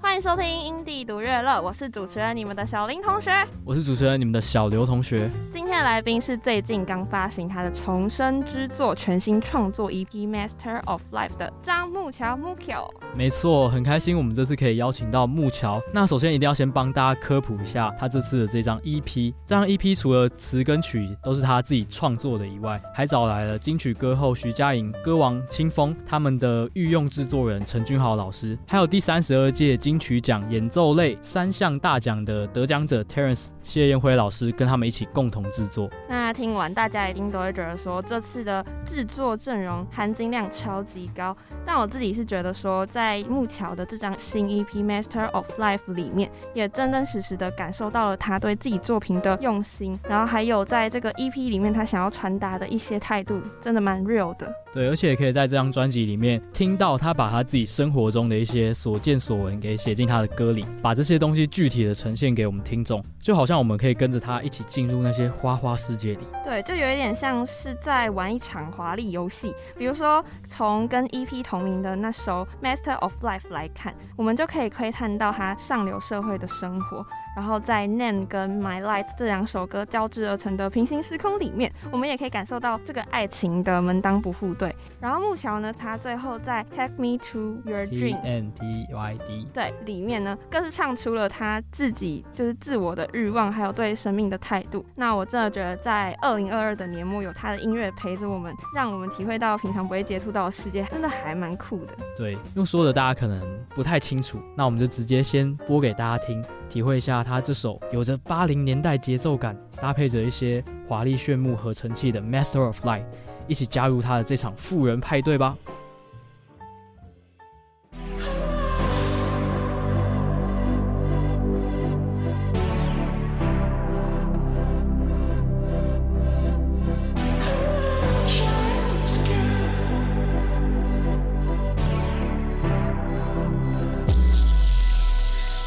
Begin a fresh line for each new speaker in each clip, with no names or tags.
欢迎收听 Indie 独乐乐，我是主持人你们的小林同学。
我是主持人，你们的小刘同学。
今天的来宾是最近刚发行他的重生之作全新创作 EP《Master of Life》的张木桥 Mukio。
没错，很开心我们这次可以邀请到木桥。那首先一定要先帮大家科普一下他这次的这张 EP。这张 EP 除了词跟曲都是他自己创作的以外，还找来了金曲歌后徐佳莹、歌王清风他们的御用制作人陈君豪老师，还有第三十二届金曲奖演奏类三项大奖的得奖者 Terence 谢燕辉老师跟他们一起共同制作。
那听完大家一定都会觉得说，这次的制作阵容含金量超级高。但我自己是觉得说，在木桥的这张新 EP《Master of Life》里面，也真真实实的感受到了他对自己作品的用心，然后还有在这个 EP 里面他想要传达的一些态度，真的蛮 real 的。
对，而且也可以在这张专辑里面听到他把他自己生活中的一些所见所闻给写进他的歌里，把这些东西具体的呈现给我们听众，就好像我们可以跟着他一起进入那些花花世界里。
对，就有一点像是在玩一场华丽游戏。比如说，从跟 EP 同名的那首《Master of Life》来看，我们就可以窥探到他上流社会的生活。然后在《Name》跟《My Light》这两首歌交织而成的平行时空里面，我们也可以感受到这个爱情的门当不户对。然后木桥呢，他最后在《Take Me to Your
T
Dream》
N T Y D。
对，里面呢更是唱出了他自己就是自我的欲望，还有对生命的态度。那我真的觉得，在二零二二的年末，有他的音乐陪着我们，让我们体会到平常不会接触到的世界，真的还蛮酷的。
对，用说的大家可能不太清楚，那我们就直接先播给大家听，体会一下他这首有着八零年代节奏感，搭配着一些华丽炫目合成器的《Master of Light》，一起加入他的这场富人派对吧。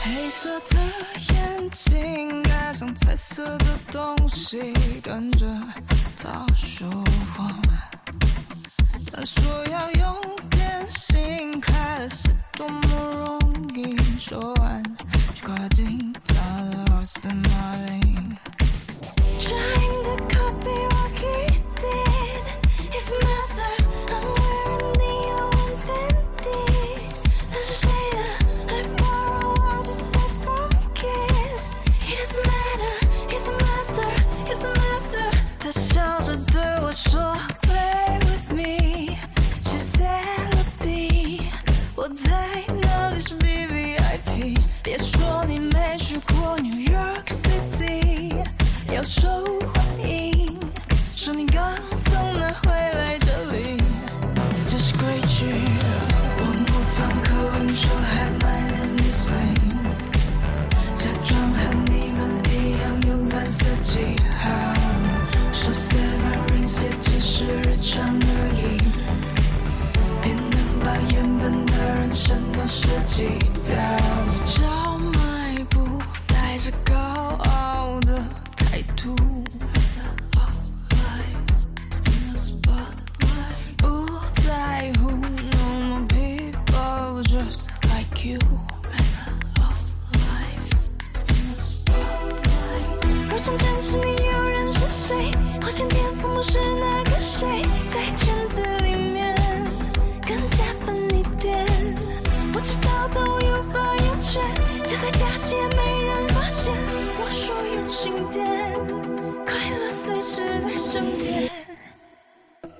黑色的眼睛爱上彩色的东西，跟着他说谎。他说要用点心，开了是多么容易。说完就靠近他的 Austin Martin。Trying to copy what he did. He's a master. I'm wearing the Olympic. 但是谁的 I borrow or just says from kids. It doesn't matter. He's a master. He's a master. 他笑着对我说，Play with me. She said, l e be. 我在哪里是 V V I P？别说你没去过 New York City，要受欢迎，说你刚从哪回来这里，这是规矩。我模仿口吻说还蛮的 missing，假装和你们一样有蓝色记号，说 Severance 也只是日常而已。也能把原本的人生都设计掉。小迈步，带着高傲的态度。不在乎 no more people just like you。而想证实你又认识谁？花钱天赋幕是那个谁？在圈子里面更加分一点。我知道都有发言权，夹在假期也没人发现。我说用心点，快乐随时在身边。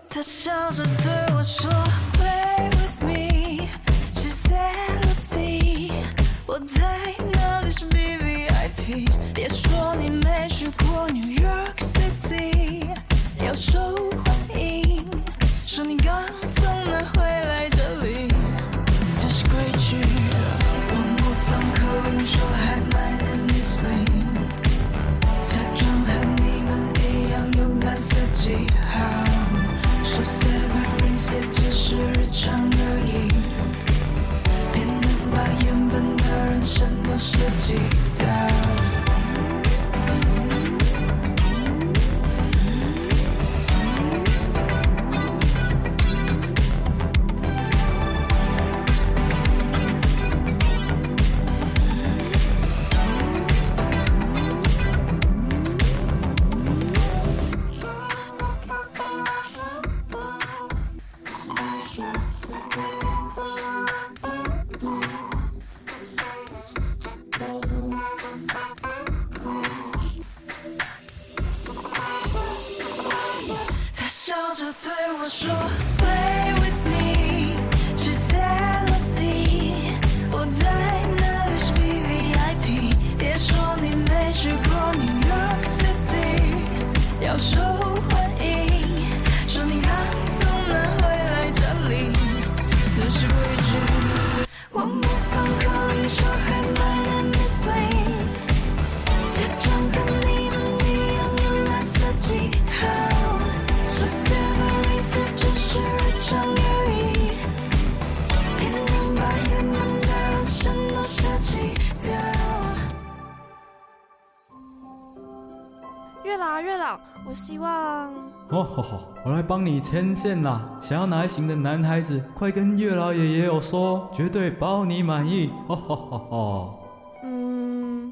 他笑着对我说，Play with me，she said l e be。我在哪里是 V V I P？别说你没去过 New York City，要受欢迎，说你刚从哪回来这里。这是规矩，我模仿
老月老，我希望
哦吼吼，我来帮你牵线啦！想要哪一型的男孩子，快跟月老爷爷有说，绝对包你满意！哦吼吼吼！
嗯，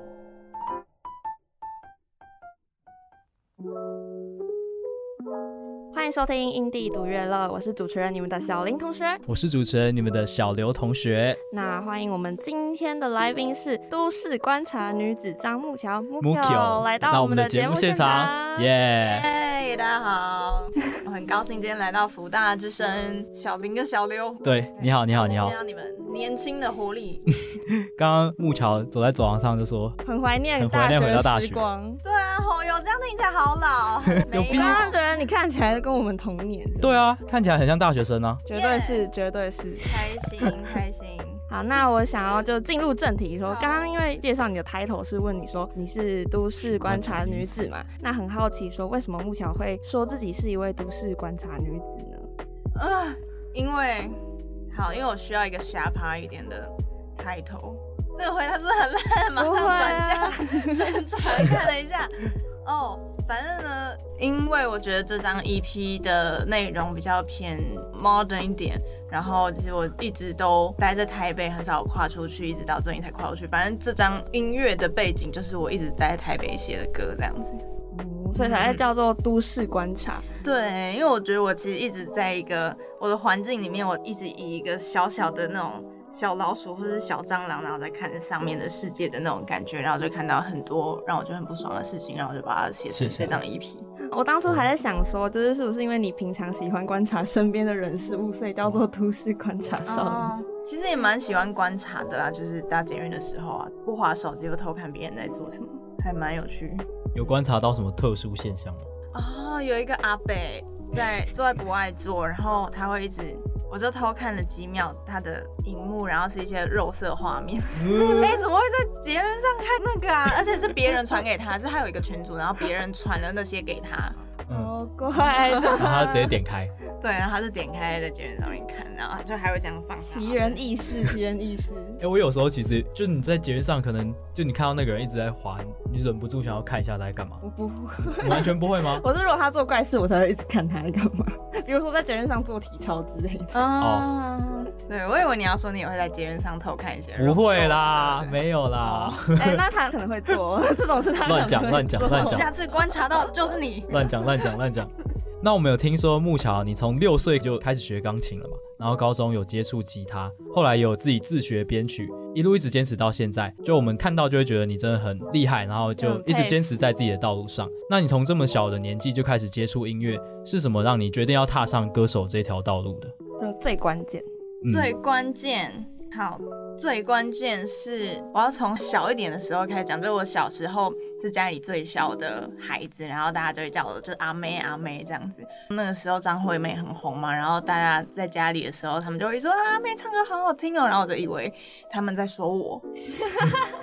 欢迎收听《印地独乐乐》，我是主持人你们的小林同学。
我是主持人，你们的小刘同学。
那欢迎我们今天的来宾是都市观察女子张木桥，木
木
桥来到我们的节目现场，
耶！
嗨，哎大家好，我很高兴今天来到福大之声，小林跟小刘，
对，你好，你啊好，你好
见。到你们年轻的活 力，
刚刚木桥走在走廊上就说，
很怀念
很
大
怀念回
学
到大
时
学
光。
对啊，好友这样听起来好 老，有
我刚刚觉得你看起来跟我们同年，
对啊，看起来很像大学生啊。
绝对是，绝对是。
开心开心，
好，那我想要就进入正题说，刚刚因为介绍你的 title 是问你说你是都市观察女子嘛，那很好奇说为什么木桥会说自己是一位都市观察女子呢？
啊，因为好，因为我需要一个瞎趴一点的抬头，这个回答是不是很烂，马上
不会
转
啊
向转转看了一下，哦。反正呢，因为我觉得这张 EP 的内容比较偏 modern 一点，然后其实我一直都待在台北，很少跨出去，一直到最近才跨出去。反正这张音乐的背景就是我一直待在台北写的歌这样子。
嗯，所以才会叫做都市观察。
对，因为我觉得我其实一直在一个我的环境里面，我一直以一个小小的那种小老鼠或者是小蟑螂，然后在看着上面的世界的那种感觉，然后就看到很多让我觉得很不爽的事情，然后我就把它写
是
成
是
这张 EP。
我当初还在想说，就是是不是因为你平常喜欢观察身边的人事物，所以叫做都市观察少女？
哦，其实也蛮喜欢观察的啦，就是搭捷运的时候啊，不划手机，又偷看别人在做什么，还蛮有趣。
有观察到什么特殊现象吗？
啊、有一个阿北在坐在博爱座，然后他会一直，我就偷看了几秒他的荧幕，然后是一些肉色画面。
嗯
哎、怎么会在节目上看那个啊？而且是别人传给他，是他有一个群组，然后别人传了那些给他。
嗯，
好怪的，
然后他直接点开，
对，然后他是点开在节目上面看，然后他就还会这样放大。
奇人异事，奇人异事。
哎、我有时候其实就你在节目上，可能就你看到那个人一直在滑，你忍不住想要看一下他在干嘛。
我不会，
你完全不会吗？
我是如果他做怪事，我才会一直看他在干嘛，比如说在节目上做体操之类的。
啊、对，我以为你要说你也会在节目上偷看一些。
不会啦，。没有啦，
哎、那他可能会做哦 这种事，他
乱讲
可能会
乱讲
做
乱 讲
下次观察到就是你。
乱讲乱讲乱讲。那我们有听说木桥，你从六岁就开始学钢琴了嘛？然后高中有接触吉他，后来也有自己自学编曲，一路一直坚持到现在。就我们看到就会觉得你真的很厉害，然后
嗯
就一直坚持在自己的道路上。那你从这么小的年纪就开始接触音乐，是什么让你决定要踏上歌手这条道路的？
就最关键。
嗯
最关键，好，最关键是我要从小一点的时候开始讲，就是我小时候是家里最小的孩子，然后大家就会叫我就是阿妹阿妹这样子。那个时候张惠妹很红嘛，然后大家在家里的时候，他们就会说啊阿妹唱歌好好听哦，然后我就以为他们在说我，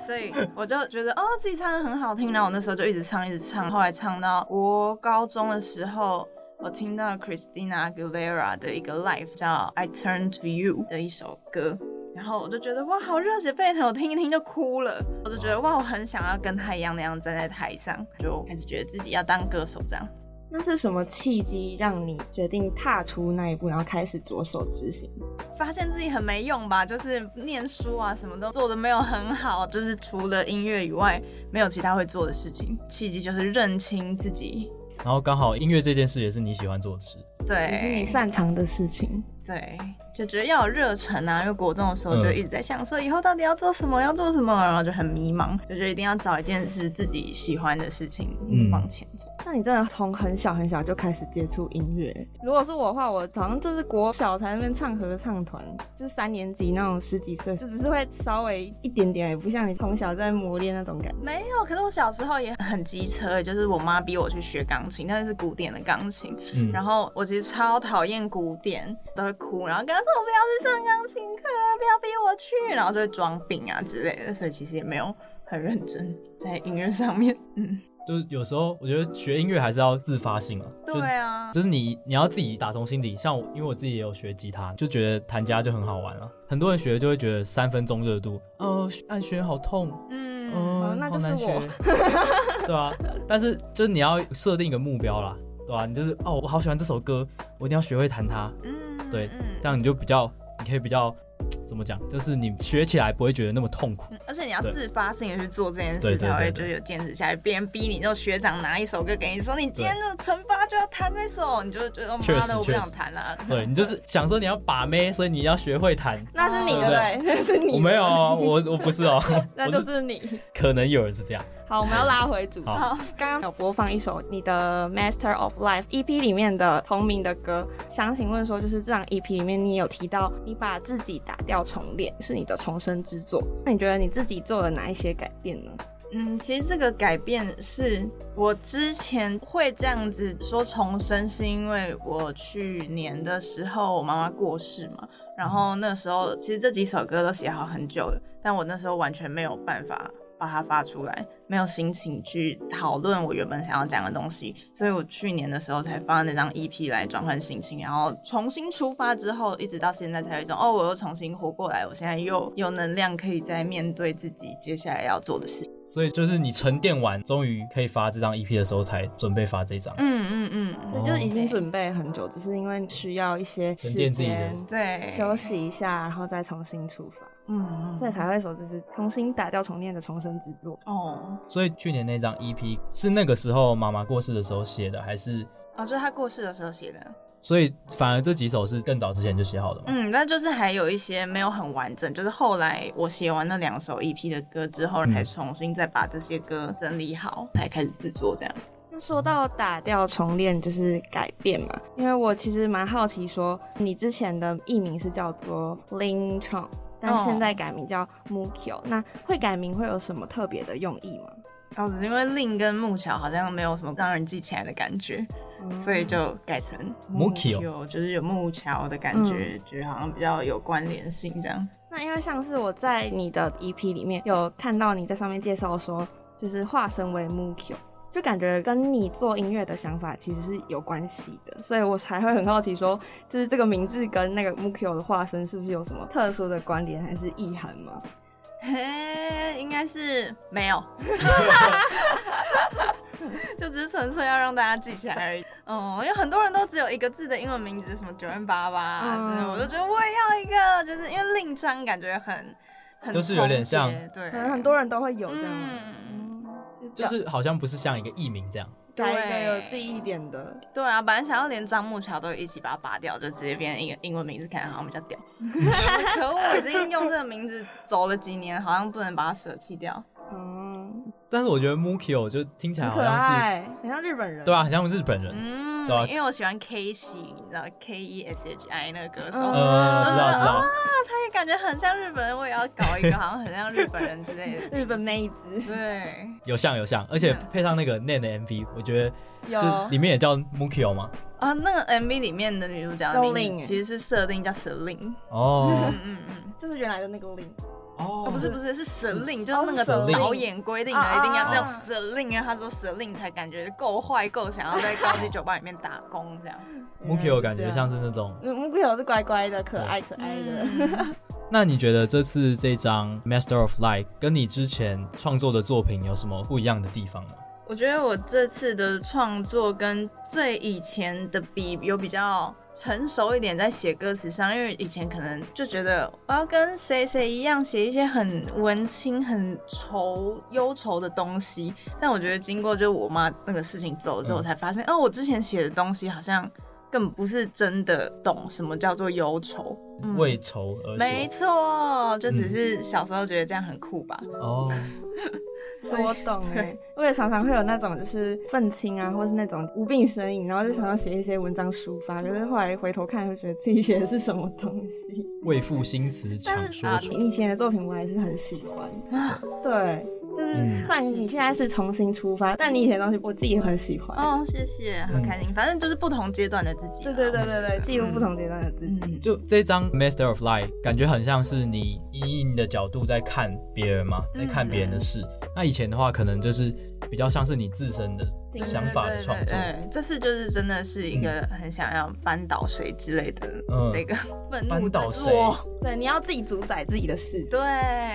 所以我就觉得哦自己唱的很好听，然后我那时候就一直唱一直唱，后来唱到我高中的时候。我听到 Christina Aguilera 的一个 live 叫《I Turn to You》的一首歌，然后我就觉得哇，好热血沸腾，我听一听就哭了。我就觉得哇，我很想要跟他一样那样站在台上，就开始觉得自己要当歌手这样。
那是什么契机让你决定踏出那一步，然后开始着手执行？
发现自己很没用吧，就是念书啊，什么都做的没有很好，就是除了音乐以外，没有其他会做的事情。契机就是认清自己，
然后刚好音乐这件事也是你喜欢做的事，
也是你
对，
擅长的事情。
对，就觉得要有热忱啊。因为国中的时候
嗯
就一直在想说，以后到底要做什么，要做什么，然后就很迷茫，就觉得一定要找一件是自己喜欢的事情
嗯
往前走。
那你真的从很小很小就开始接触音乐？如果是我的话，我好像就是国小才在那边唱合唱团，就是三年级那种十几岁，就只是会稍微一点点，也不像你从小在磨练那种感觉。
没有，可是我小时欸候也很机车，就是我妈逼我去学钢琴，但是是古典的钢琴。
嗯，
然
后
后我其实超讨厌古典，都会哭，然后跟他说我不要去上钢琴课，啊不要逼我去，然后就会装病啊之类的，所以其实也没有很认真在音乐上面。嗯，
就是有时候我觉得学音乐还是要自发性啊，就
对啊，
就是你你要自己打从心底，像我，因为我自己也有学吉他，就觉得弹吉他就很好玩了、很多人学就会觉得三分钟热度，哦，按弦好痛，
嗯，
哦
嗯，
那
好
就是
难学，
我
对啊。但是就是你要设定一个目标啦，对吧、啊？你就是哦，我好喜欢这首歌，我一定要学会弹它，
嗯
对
嗯
这样你就比较，你可以比较怎么讲，就是你学起来不会觉得那么痛苦。
嗯而且你要
对
自发性的去做这件
对
事，
对
才
对
会就
对
有坚持下来。别人逼你，就学长拿一首歌给你说，你今天就惩罚就要弹这首，你就觉得
确
妈
实
的我不
确
想
实
弹啦。
对你就是想说你要把妹，所以你要学会弹。
那是嗯你的对，
对
那是你的
我没 有，啊，我我不是哦，
那
我
就是是你。
可能有人是这样。
好，我们要拉回主题。
好
刚刚有播放一首你的《Master of Life》EP 里面的同名的歌，想请问说，就是这张 EP 里面你有提到你把自己打掉重练是你的重生之作，那你觉得你自己做了哪一些改变呢？
嗯，其实这个改变是我之前会这样子说重生，是因为我去年的时候我妈妈过世嘛，然后那时候其实这几首歌都写好很久了，但我那时候完全没有办法把它发出来，没有心情去讨论我原本想要讲的东西，所以我去年的时候才发那张 EP 来转换心情，然后重新出发之后，一直到现在才有一种哦，我又重新活过来，我现在又有能量可以再面对自己接下来要做的事情
所以就是你沉淀完，终于可以发这张 EP 的时候，才准备发这张。
嗯嗯
所
嗯，
以就是已经准备很久，只是因为需要一些时
沉淀自己的
间
对，
休息一下，然后再重新出发，
嗯，
所以才会说这是重新打掉重练的重生之作。
哦，
所以去年那张 EP 是那个时候妈妈过世的时候写的，还是？
哦，就是他过世的时候写的，
所以反而这几首是更早之前就写好的嘛？
嗯，但就是还有一些没有很完整，就是后来我写完那两首 EP 的歌之后，
嗯
才重新再把这些歌整理好，才开始制作这样。
那说到打掉重练就是改变嘛，因为我其实蛮好奇说，你之前的艺名是叫做 Lin Chong，但
哦
现在改名叫 Mukio，、那会改名会有什么特别的用意吗？
然哦后只是因为令跟木桥好像没有什么让人记起来的感觉，所
嗯
以就改成
Mukio
有就是有木桥的感觉，觉得好像比较有关联性这样。
那因为像是我在你的 EP 里面有看到你在上面介绍说，就是化身为 Mukio，就感觉跟你做音乐的想法其实是有关系的，所以我才会很好奇说，就是这个名字跟那个 Mukio 的化身是不是有什么特殊的关联还是意涵吗？
嘿，应该是 没有，就只是纯粹要让大家记起来而已。嗯，因为很多人都只有一个字的英文名字，什么九万八八，
嗯
所以我就觉得我也要一个，就是因为令章感觉很很
就是有点像
重叠对，
可能很多人都会有这样啊吗，
嗯，
就是好像不是像一个艺名这样。
改一
对
个有记忆点的。
对啊，本来想要连张木桥都一起把它拔掉，就直接变成英英文名字，看起来好像比较 屌。可恶，我已经用这个名字走了几年，好像不能把它舍弃掉。
嗯，
但是我觉得 Mukio 就听起来
很
好
可
像是，
爱，很像日本人。
对啊，很像日本人。
嗯
对啊，
因为我喜欢 K 系，你知道 K E S H I 那个歌手，
嗯
呃，知道知道
啊，他也感觉很像日本人，我也要搞一个好像很像日本人之 类的。
日本妹子
对，
有像有像，而且配上那个 Nan 的 MV，我觉得
嗯有
就里面也叫 Mukio 嘛。
啊，那个 MV 里面的女主角的名
Rolling
字其实是设定叫 Selin，
哦
嗯嗯嗯，
就是原来的那个 Lin，
哦
哦不是不是是 Selin，就是
哦
那
是
个
Celine
导演规定
啊
的
啊
一定要叫
啊
Selin，然后他说 Selin 才感觉够坏够想要在高级酒吧里面打工 这样。
Mukio 感觉像是那种。
嗯木有是乖乖的、可爱可爱的。
嗯
那你觉得这次这张 Master of Light 跟你之前创作的作品有什么不一样的地方吗？
我觉得我这次的创作跟最以前的比有比较成熟一点，在写歌词上，因为以前可能就觉得我要跟谁谁一样写一些很文青、很愁忧愁的东西，但我觉得经过就我妈那个事情走了之后，
嗯
我才发现，哦，我之前写的东西好像根本不是真的懂什么叫做忧愁。嗯
为仇而写
没
嗯
错，就只是小时候觉得这样很酷吧。
哦，
所以
我懂哎、
对
我也常常会有那种就是愤青啊，或是那种无病呻吟，然后就想要写一些文章抒发，可是后来回头看，会觉得自己写的是什么东西。
为赋新词强说
但是啊
愁。
啊你以前的作品我还是很喜欢，对，就是算你现在是重新出发，但你以前的东西我自己很喜欢。
哦，谢谢，
嗯
很开心。反正就是不同阶段的自己啦。
对对对对对，记录不同阶段的自己。
嗯，
就这张《Master of Life》，感觉很像是你以你的角度在看别人嘛，
嗯
在看别人的事。那以前的话，可能就是比较像是你自身的
对
想法的创作
对。对对对这次就是真的是一个很想要扳倒谁之类的
嗯
那个 愤怒
扳倒
之
谁
作。
对，你要自己主宰自己的事。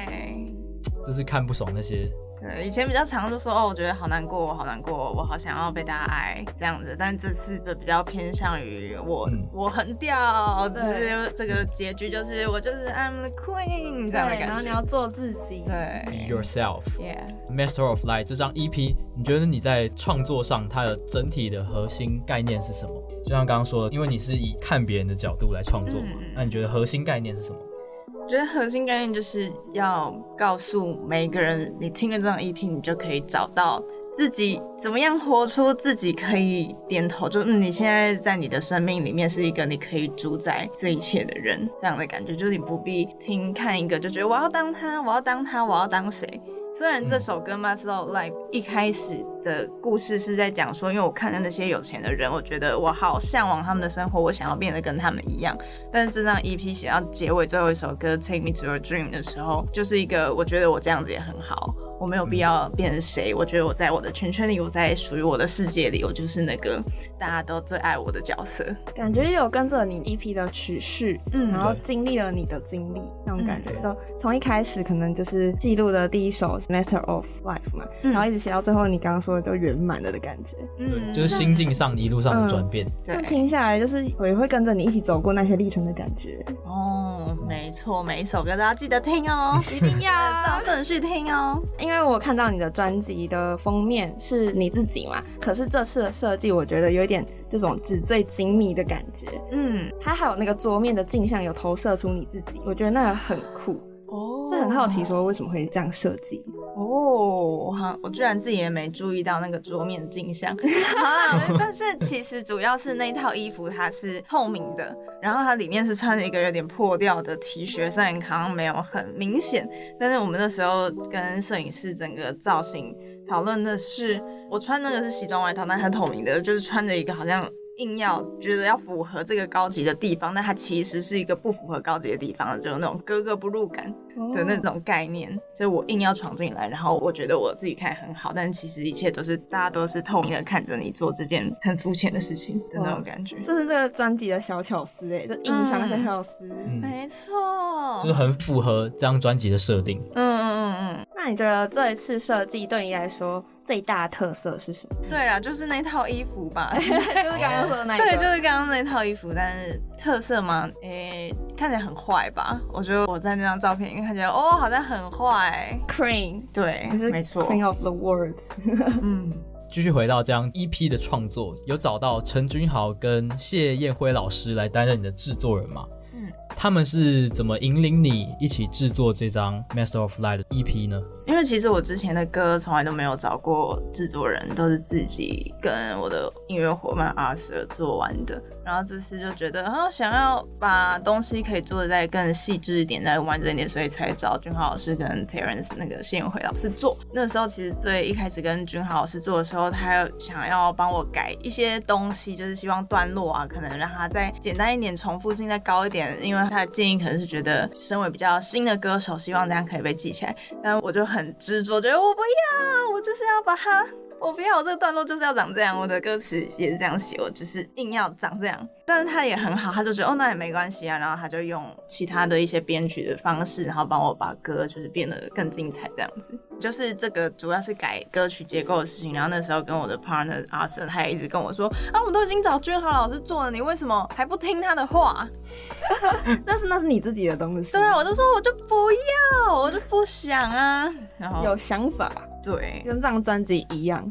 对。
就是看不爽那些。
对，以前比较常就说哦，我觉得好难过，我好难过，我好想要被大家爱这样子，但这次的比较偏向于我、
嗯
我很屌，就
对
是这个结局就是我就是 I'm the queen 这样的
对然后
感
你
觉
要。做自己。
对
Yourself，
，Yeah，
《Master of Light》这张 EP，你觉得你在创作上它的整体的核心概念是什么？就像刚刚说的，因为你是以看别人的角度来创作嘛
嗯，
那你觉得核心概念是什么？
我觉得核心概念就是要告诉每一个人，你听了这张 EP，你就可以找到。自己怎么样活出自己可以点头，就嗯，你现在在你的生命里面是一个你可以主宰这一切的人，这样的感觉，就是你不必听看一个就觉得我要当他，我要当他，我要当谁。虽然这首歌《Maslow Life》一开始的故事是在讲说，因为我看到那些有钱的人，我觉得我好向往他们的生活，我想要变得跟他们一样。但是这张 EP 写到结尾最后一首歌《Take Me to Your Dream》的时候，就是一个我觉得我这样子也很好，我没有必要变成谁。我觉得我在我的圈圈里，我在属于我的世界里，我就是那个大家都最爱我的角色。
感觉有跟着你 EP 的曲序，
嗯
然后
对
经历了你的经历，那种感觉
嗯。
到从一开始可能就是记录的第一首《Master of Life》嘛，
嗯
然后一直写到最后，你刚刚说的就圆满了的感觉。
嗯
对，就是心境上一路上的转变。
那
对
听下来，就是我也会跟着你一起走过那些历程的感觉。
哦，没错，每一首歌都要记得听哦，
一定要
照顺序听哦。
因为我看到你的专辑的封面是你自己嘛，可是这次的设计我觉得有一点这种纸醉金迷的感觉，
嗯，
它还有那个桌面的镜像有投射出你自己，我觉得那个很酷，
哦
是很好奇说为什么会这样设计。
哦，哈，我居然自己也没注意到那个桌面镜像。 好啦，但是其实主要是那套衣服它是透明的，然后它里面是穿着一个有点破掉的 T 恤，虽然好像没有很明显，但是我们那时候跟摄影师整个造型讨论的是，我穿那个是西装外套，但它透明的，就是穿着一个好像。硬要觉得要符合这个高级的地方，但它其实是一个不符合高级的地方，就是那种格格不入感。的
哦
那种概念，所以我硬要闯进来，然后我觉得我自己看很好，但其实一切都是大家都是透明的看着你做这件很肤浅的事情的那种感觉。
这是这个专辑的小巧思哎、就隐藏小巧思。
嗯，
没错，
就是很符合这张专辑的设定。
嗯嗯嗯嗯，
那你觉得这一次设计对你来说最大的特色是什么？
对啦，就是那套衣服 吧。
就是刚刚说的那一个
对，就是刚刚那套衣服，但是特色吗？诶、看起来很坏吧？我觉得我在那张照片里面看起来，哦，好像很坏。
Queen，
对
你，是
没错，
Queen of the World。
嗯，
继续回到这张 EP 的创作，有找到陈君豪跟谢燕辉老师来担任你的制作人嘛？
嗯
他们是怎么引领你一起制作这张《Master of Light》的 EP 呢？
因为其实我之前的歌从来都没有找过制作人，都是自己跟我的音乐伙伴阿蛇做完的。然后这次就觉得，啊，想要把东西可以做的再更细致一点，再完整一点，所以才找君豪老师跟 Terence 那个谢永辉老师做。那时候其实最一开始跟君豪老师做的时候，他有想要帮我改一些东西，就是希望段落啊，可能让它再简单一点，重复性再高一点。因为他的建议可能是觉得，身为比较新的歌手，希望这样可以被记起来。但我就很执着，觉得我不要，我就是要把它，我不要，我这个段落就是要长这样，我的歌词也是这样写，我就是硬要长这样。但是他也很好，他就觉得哦，那也没关系啊，然后他就用其他的一些编曲的方式，然后帮我把歌就是变得更精彩这样子。就是这个主要是改歌曲结构的事情，然后那时候跟我的 partner 阿哲，他也一直跟我说啊，我们都已经找君豪老师做了，你为什么还不听他的话？
但是那是你自己的东西，
对啊，我就说我就不要，我就不想啊。然后
有想法，
对，
跟这张专辑一样。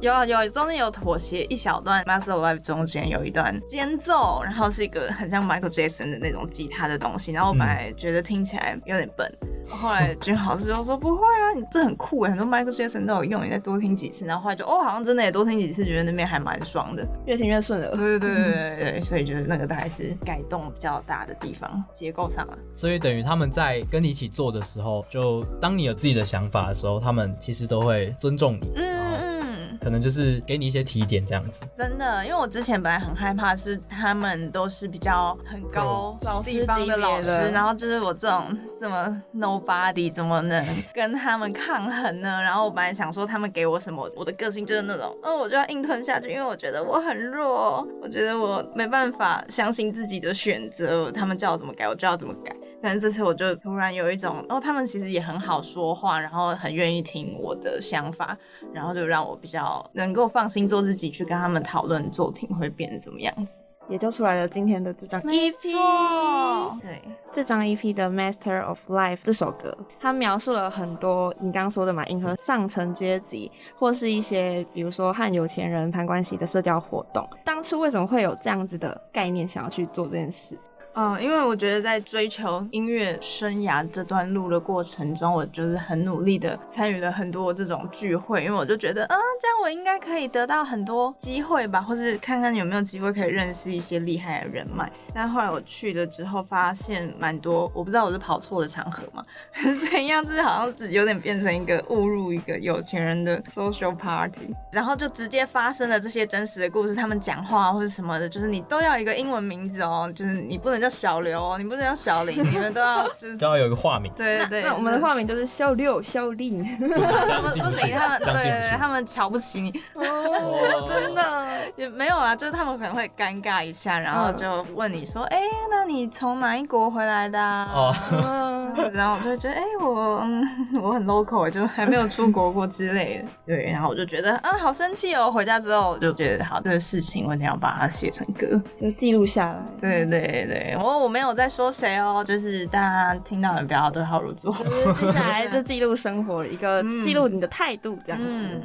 有啊有啊，中间有妥协一小段，Master of Life 中间有一段间奏，然后是一个很像 Michael Jackson 的那种吉他的东西，然后我本来觉得听起来有点笨，后来君老师就说不会啊，你这很酷哎，很多 Michael Jackson 都有用，你再多听几次。然后后来就哦，好像真的也多听几次，觉得那边还蛮爽的。
越听越顺耳。
对对对对对对对，所以就是那个大概是改动比较大的地方，结构上啊。
所以等于他们在跟你一起做的时候，就当你有自己的想法的时候，他们其实都会尊重你，
嗯嗯。
可能就是给你一些提点这样子。
真的，因为我之前本来很害怕，是他们都是比较很高
老师
地方的老
级别
师，
的
然后就是我这种这么 nobody 怎么能跟他们抗衡呢？然后我本来想说他们给我什么，我的个性就是那种，嗯、我就要硬吞下去，因为我觉得我很弱，我觉得我没办法相信自己的选择，他们叫我怎么改，我就要怎么改。但是这次我就突然有一种，哦，他们其实也很好说话，然后很愿意听我的想法，然后就让我比较能够放心做自己，去跟他们讨论作品会变成怎么样子。
也就出来了今天的这张 EP。
错，对，
这张 EP 的《Master of Life》这首歌，它描述了很多你刚刚说的嘛，迎合上层阶级，或是一些比如说和有钱人攀关系的社交活动。当初为什么会有这样子的概念，想要去做这件事？
嗯，因为我觉得在追求音乐生涯这段路的过程中，我就是很努力的参与了很多这种聚会，因为我就觉得，啊，这样我应该可以得到很多机会吧，或是看看有没有机会可以认识一些厉害的人脉。但后来我去了之后，发现蛮多，我不知道我是跑错的场合嘛， 怎样，就是好像是有点变成一个误入一个有钱人的 social party，然后就直接发生了这些真实的故事，他们讲话或者什么的，就是你都要有一个英文名字哦，就是你不能叫小刘哦，你不能叫小林，你们都要就是
都要有一个化名，
对对对，
那我们的化名就是秀六、秀令。
不行，这
他
样
们
进
不
不去，
行，他们
这
对
样
对
进
对，
不
他们瞧不起你，
哦
真的，
也没有啊，就是他们可能会尴尬一下，然后
嗯
就问你说，哎、那你从哪一国回来的、啊？
哦
嗯，
然后我就会觉得，哎、我嗯，我很 local，就还没有出国过之类的。对，然后我就觉得啊，好生气哦！回家之后我就觉得，好，这个事情我一定要把它写成歌。
就记录下 来。
对对对，我我没有在说谁哦，就是大家听到的不要对号入座。
就是接下来就记录生活，一个
嗯
记录你的态度这样子。
嗯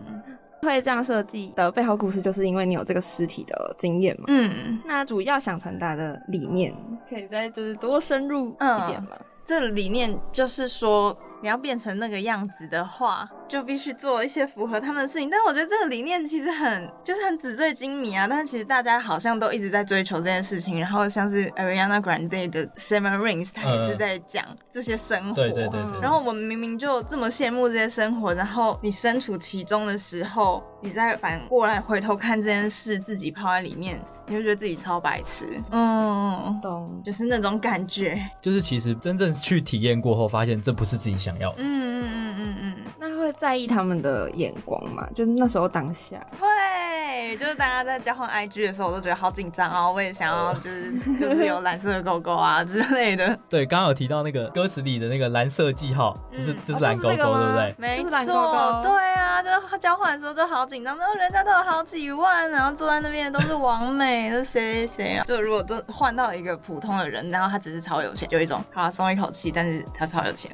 会这样设计的背后故事，就是因为你有这个实体的经验嘛。
嗯，
那主要想传达的理念，嗯可以再就是多深入一点嘛。
这理念就是说。你要变成那个样子的话，就必须做一些符合他们的事情。但我觉得这个理念其实很，就是很纸醉金迷啊。但是其实大家好像都一直在追求这件事情。然后像是 Ariana Grande 的 Seven Rings，她也是
嗯
在讲这些生活。
对对对对。
然后我们明明就这么羡慕这些生活，然后你身处其中的时候，你再反过来回头看这件事，自己泡在里面，你就觉得自己超白痴，嗯，
懂，
就是那种感觉，
就是其实真正去体验过后，发现这不是自己想要的。
嗯嗯嗯嗯
那会在意他们的眼光嘛？就那时候当下，
嗯，会，就是大家在交换 IG 的时候，我都觉得好紧张哦，我也想要就是就是有蓝色的狗狗啊之类的，
对，刚刚有提到那个歌词里的那个蓝色记号，就是
嗯
就是蓝
哦
勾
就是这个
勾，对
吗
不对？
就
没
是
错，
懒狗狗
对啊，就是交换的时候就好紧张，然后人家都有好几万，然后坐在那边的都是王美，都谁谁谁啊。就如果都换到一个普通的人，然后他只是超有钱，有一种啊松一口气，但是他超有钱。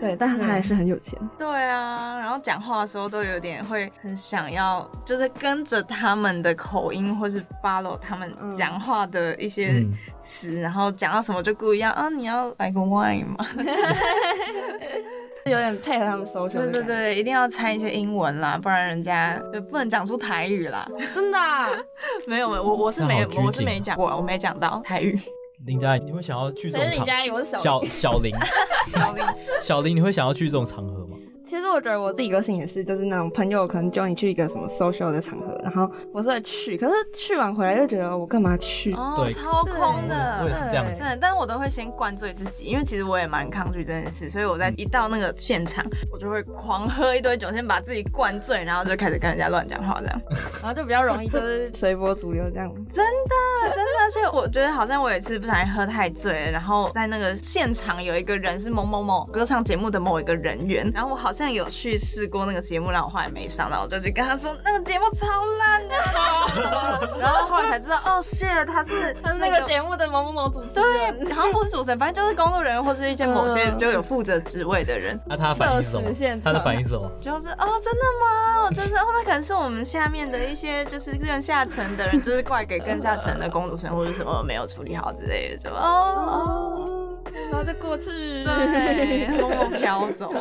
对，但他还是很有钱。
对啊，然后讲话的时候都有点会很想要，就是跟着他们的口音，或是 follow 他们
嗯
讲话的一些
嗯，
词，然后讲到什么就故意要啊，你要来个 wine 吗？
有点配合他们 social，
对
的感
对
觉，
对，一定要掺一些英文啦，不然人家就不能讲出台语啦。
真的啊、
没有，我我是没
那好拘谨啊
我是没讲过，我没讲到台语。
林佳怡，你会想要去这
谁是
种
你
场？
家有我是小
小小林，小林，你会想要去这种场合吗？
其实我觉得我自己个性也是，就是那种朋友可能叫你去一个什么 social 的场合，然后我是会去，可是去完回来就觉得我干嘛去？
哦
对
超空
我也
的。
嗯是这样
对
子
真。的，但我都会先灌醉自己，因为其实我也蛮抗拒这件事，所以我在一到那个现场，
嗯
我就会狂喝一堆酒，先把自己灌醉，然后就开始跟人家乱讲话 这样。
然后就比较容易就是随波逐流这样。
真的，而且我觉得好像我有一次不小心喝太醉了，然后在那个现场有一个人是某某某歌唱节目的某一个人员，然后我好像有去试过那个节目，然后我后来没上，然后我就去跟他说那个节目超烂的，然后后来才知道哦，shit，他是
他是 那个节目的某某某主持 人，
对，好像不是主持人，反正就是工作人员或是一些某些
嗯
就有负责职位的人，
啊那、他的反应是什
社死
么？
现
他的
场
反应是什么？
就是哦，真的吗？我就是哦，那可能是我们下面的一些就是更下层的 人，就是怪给更下层的工读生或者什么没有处理好之类的，就哦。哦
然后就过去。
对， 默默飘 走。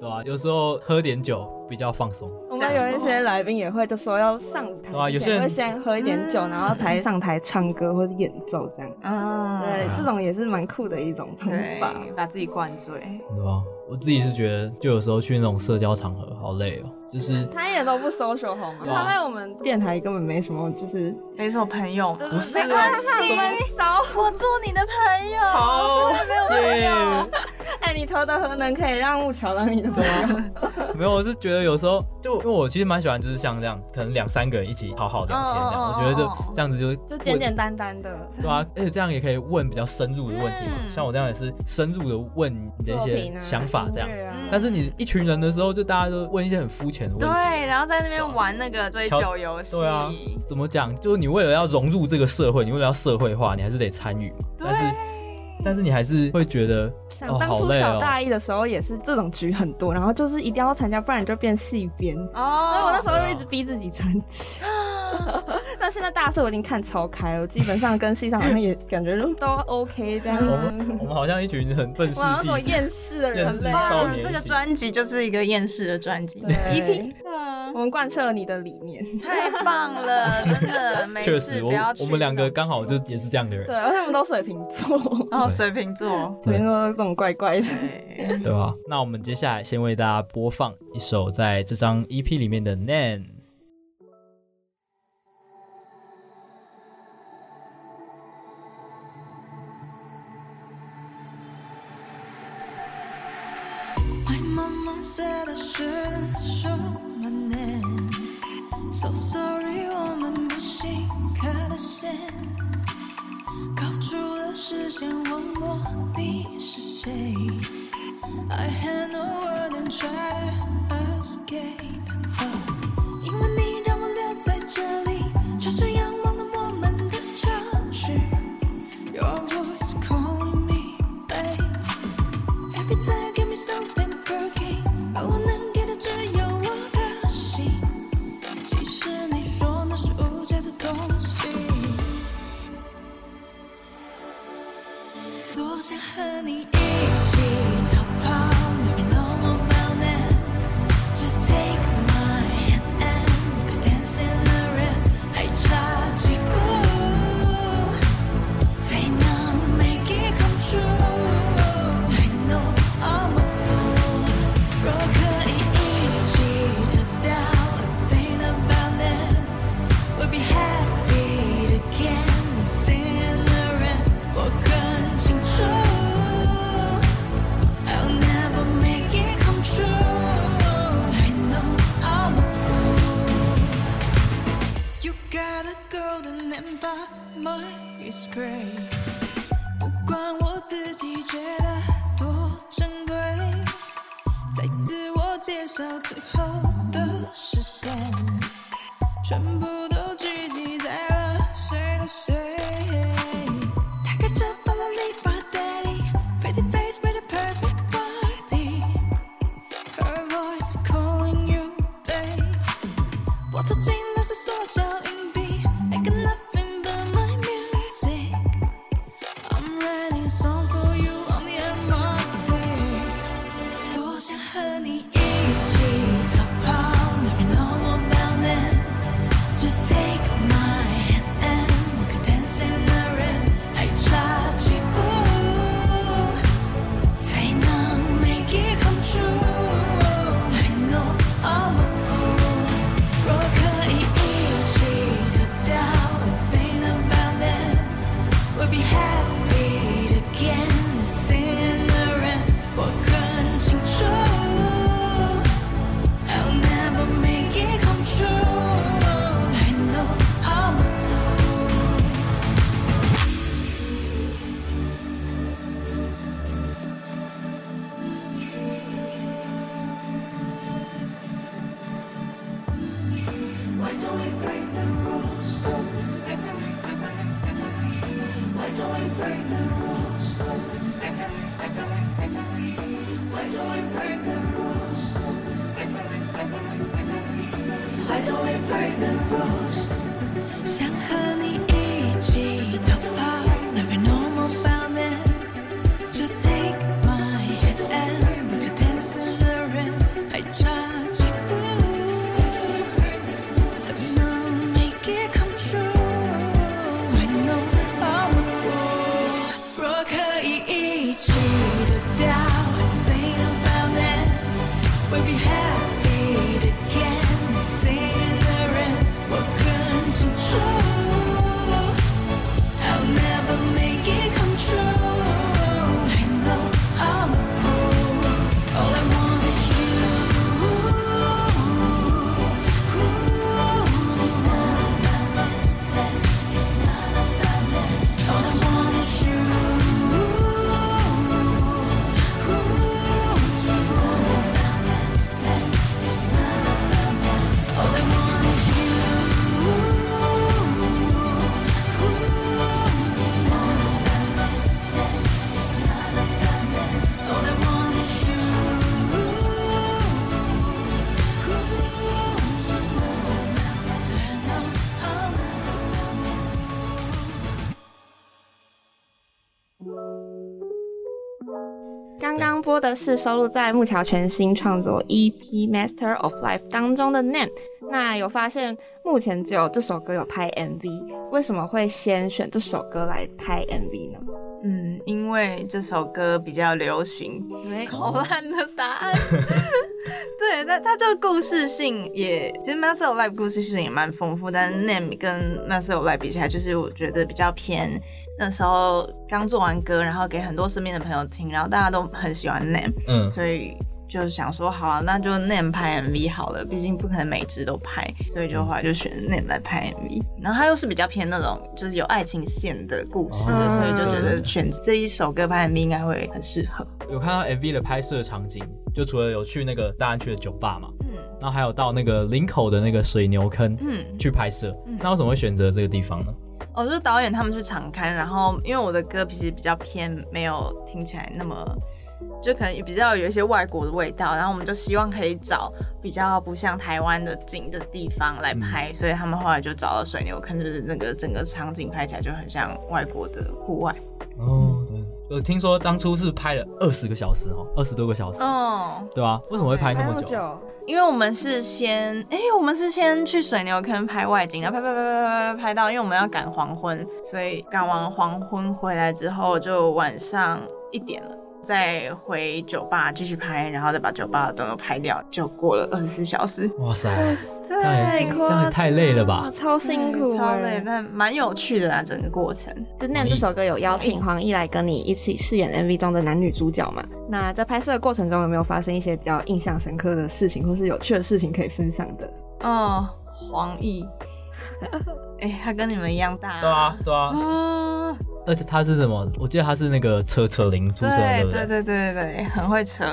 对啊，有时候喝点酒比较放松。
我们有一些来宾也会就说要上舞台之前，
对啊有些人
会先喝一点酒，然后才上台唱歌或者演奏这样。
嗯，
对，这种也是蛮酷的一种方法。
对，把自己灌醉。
对吧？我自己是觉得，就有时候去那种社交场合好累哦，就是
他也都不 social 好吗？
对啊
他在我们电台根本没什么，就是
没什么朋友，
不
是
没关系，我们少。
我做你的朋友。
好耶。
哎，你投的核能可以让木桥当你的朋 友，
没有，我是觉得有时候就因为我其实蛮喜欢，就是像这样，可能两三个人一起好好聊天这样，
哦哦哦
我觉得
哦哦
就这样子就
就简简单单的
对啊，而且这样也可以问比较深入的问题嘛，
嗯
像我这样也是深入的问你的一
作
些
品啊，
想法这样。
音乐啊
嗯
但是你一群人的时候，就大家都问一些很肤浅的问题。
对，然后在那边玩那个追酒游戏。
对啊，怎么讲？就是你为了要融入这个社会，你为了要社会化，你还是得参与嘛。但是，但是你还是会觉得
想
哦，
当
好
初
累
小
哦。
大一的时候也是这种局很多，然后就是一定要参加，不然你就变戏编。所以我
哦
那时候就一直逼自己参加。 但现在大四我已经看超开了，基本上跟系上好像也感觉都都 OK 这样。
我们我们好像一群很愤世
我好像是我
嫉俗。
厌世的人
厌世
类。
少年
嗯，这个专辑就是一个厌世的专辑。
对
EP，嗯
我们贯彻了你的理念。
太棒了， 真的没
确
事，
实，
不
我
要去
我们两个刚好就
那种
也是这样的
对，
人，
而且我们都水瓶座，
然后水瓶座，
水瓶座都这种怪怪的。
对，
对吧？那我们接下来先为大家播放一首在这张 EP 里面的《Nan》。
My mama said I shouldn't show my name. So sorry，我们不行，开的线，高出了视线，问我你是谁。I had no word and tried to escape，、因为你让我留在这里，就这样忘了我们的常识。Your voice calling me, babe。Every time give me something broken，而我能给的只有我的心。即使你说那是无价的东西，多想和你一起逃跑。Let me know about it. Just take my hand and we could dance in the rain。还差几步？才能 make it come true。I know I'm a fool，若可以一起得到 everything about it。We'll be happy again and sing in the rain。我更清楚，I'll never make it come true。I know I'm a fool。You got a golden and by my straight。不管我自己觉得多珍贵，在自我介绍最后的视线，全部都聚集在了谁的谁。他开着法拉利，Daddy，pretty face with a perfect body，her voice calling you babe。我投进了是塑胶硬币，I got nothing but my music。I'm writing a song for you on the MRT。多想和你一起逃跑，Let me know about it。Just take my hand and we could dance in the rain。还差几步？才能 make it come true。I know I'm a fool，若可以一起得到 everything about it。We'll be happy again and sing in the rain。我更清楚，I'll never make it come true。I know I'm a fool。Why don't we break the rules? Why don't we break the rules? Why don't we break the rules? Why don't we break the rules? 想和你一起逃跑，Never know about it。
播的是收录在木桥全新创作 EP《Master of Life》当中的《Name》。那有发现，目前只有这首歌有拍 MV，为什么会先选这首歌来拍 MV 呢？
嗯，因为这首歌比较流行，
没
好烂的答案。 对，但它就故事性也，其实《Master of Life》故事性也蛮丰富，但《Name》跟《Master of Life》比起来，就是我觉得比较偏那时候刚做完歌，然后给很多身边的朋友听，然后大家都很喜欢《Name》，
嗯，
所以就想说，好、啊，那就 Name 拍 MV 好了，毕竟不可能每支都拍，所以就后来就选 Name 来拍 MV。然后它又是比较偏那种就是有爱情线的故事的，
哦
所以就
对
觉
对
得
对
选这一首歌拍 MV 应该会很适合。
有看到 MV 的拍摄场景，就除了有去那个大安区的酒吧嘛，
嗯
然后还有到那个林口的那个水牛坑
嗯，
去拍摄
嗯。
那为什么会选择这个地方呢？
哦，就是导演他们去场刊，然后因为我的歌其实比较偏没有听起来那么，就可能比较有一些外国的味道，然后我们就希望可以找比较不像台湾的景的地方来拍，所以他们后来就找了水牛坑，就是那个整个场景拍起来就很像外国的户外。
哦，对，我听说当初是拍了二十个小时哦，二十多个小时，
哦，
对啊，为什么会拍那么久？
久？
因为我们是先，哎、我们是先去水牛坑拍外景，然后拍拍拍拍拍拍到，因为我们要赶黄昏，所以赶完黄昏回来之后就晚上一点了，再回酒吧继续拍，然后再把酒吧的灯都拍掉，就过了二十四小时，
哇塞，这
这
样也这样也太累了吧
啊，？超辛苦，
超累，。但蛮有趣的啦，整个过程。
就《念》这首歌有邀请黄奕来跟你一起饰演 MV 中的男女主角嘛？那在拍摄的过程中有没有发生一些比较印象深刻的事情，或是有趣的事情可以分享的？
哦，黄奕， 哎、他跟你们一样大、
对啊，对啊，
啊，
而且他是什么？我记得他是那个车车零出生，
对
不
对对对对对，很会扯。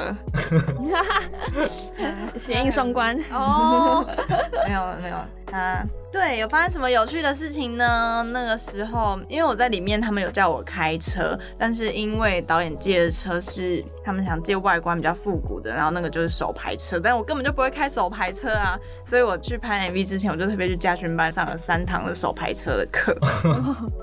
谐音双关，
哦， 没有没有啊，对，有发生什么有趣的事情呢？那个时候，因为我在里面，他们有叫我开车，但是因为导演借的车是他们想借外观比较复古的，然后那个就是手排车，但我根本就不会开手排车啊，所以我去拍 MV 之前，我就特别去家训班上了三堂的手排车的课，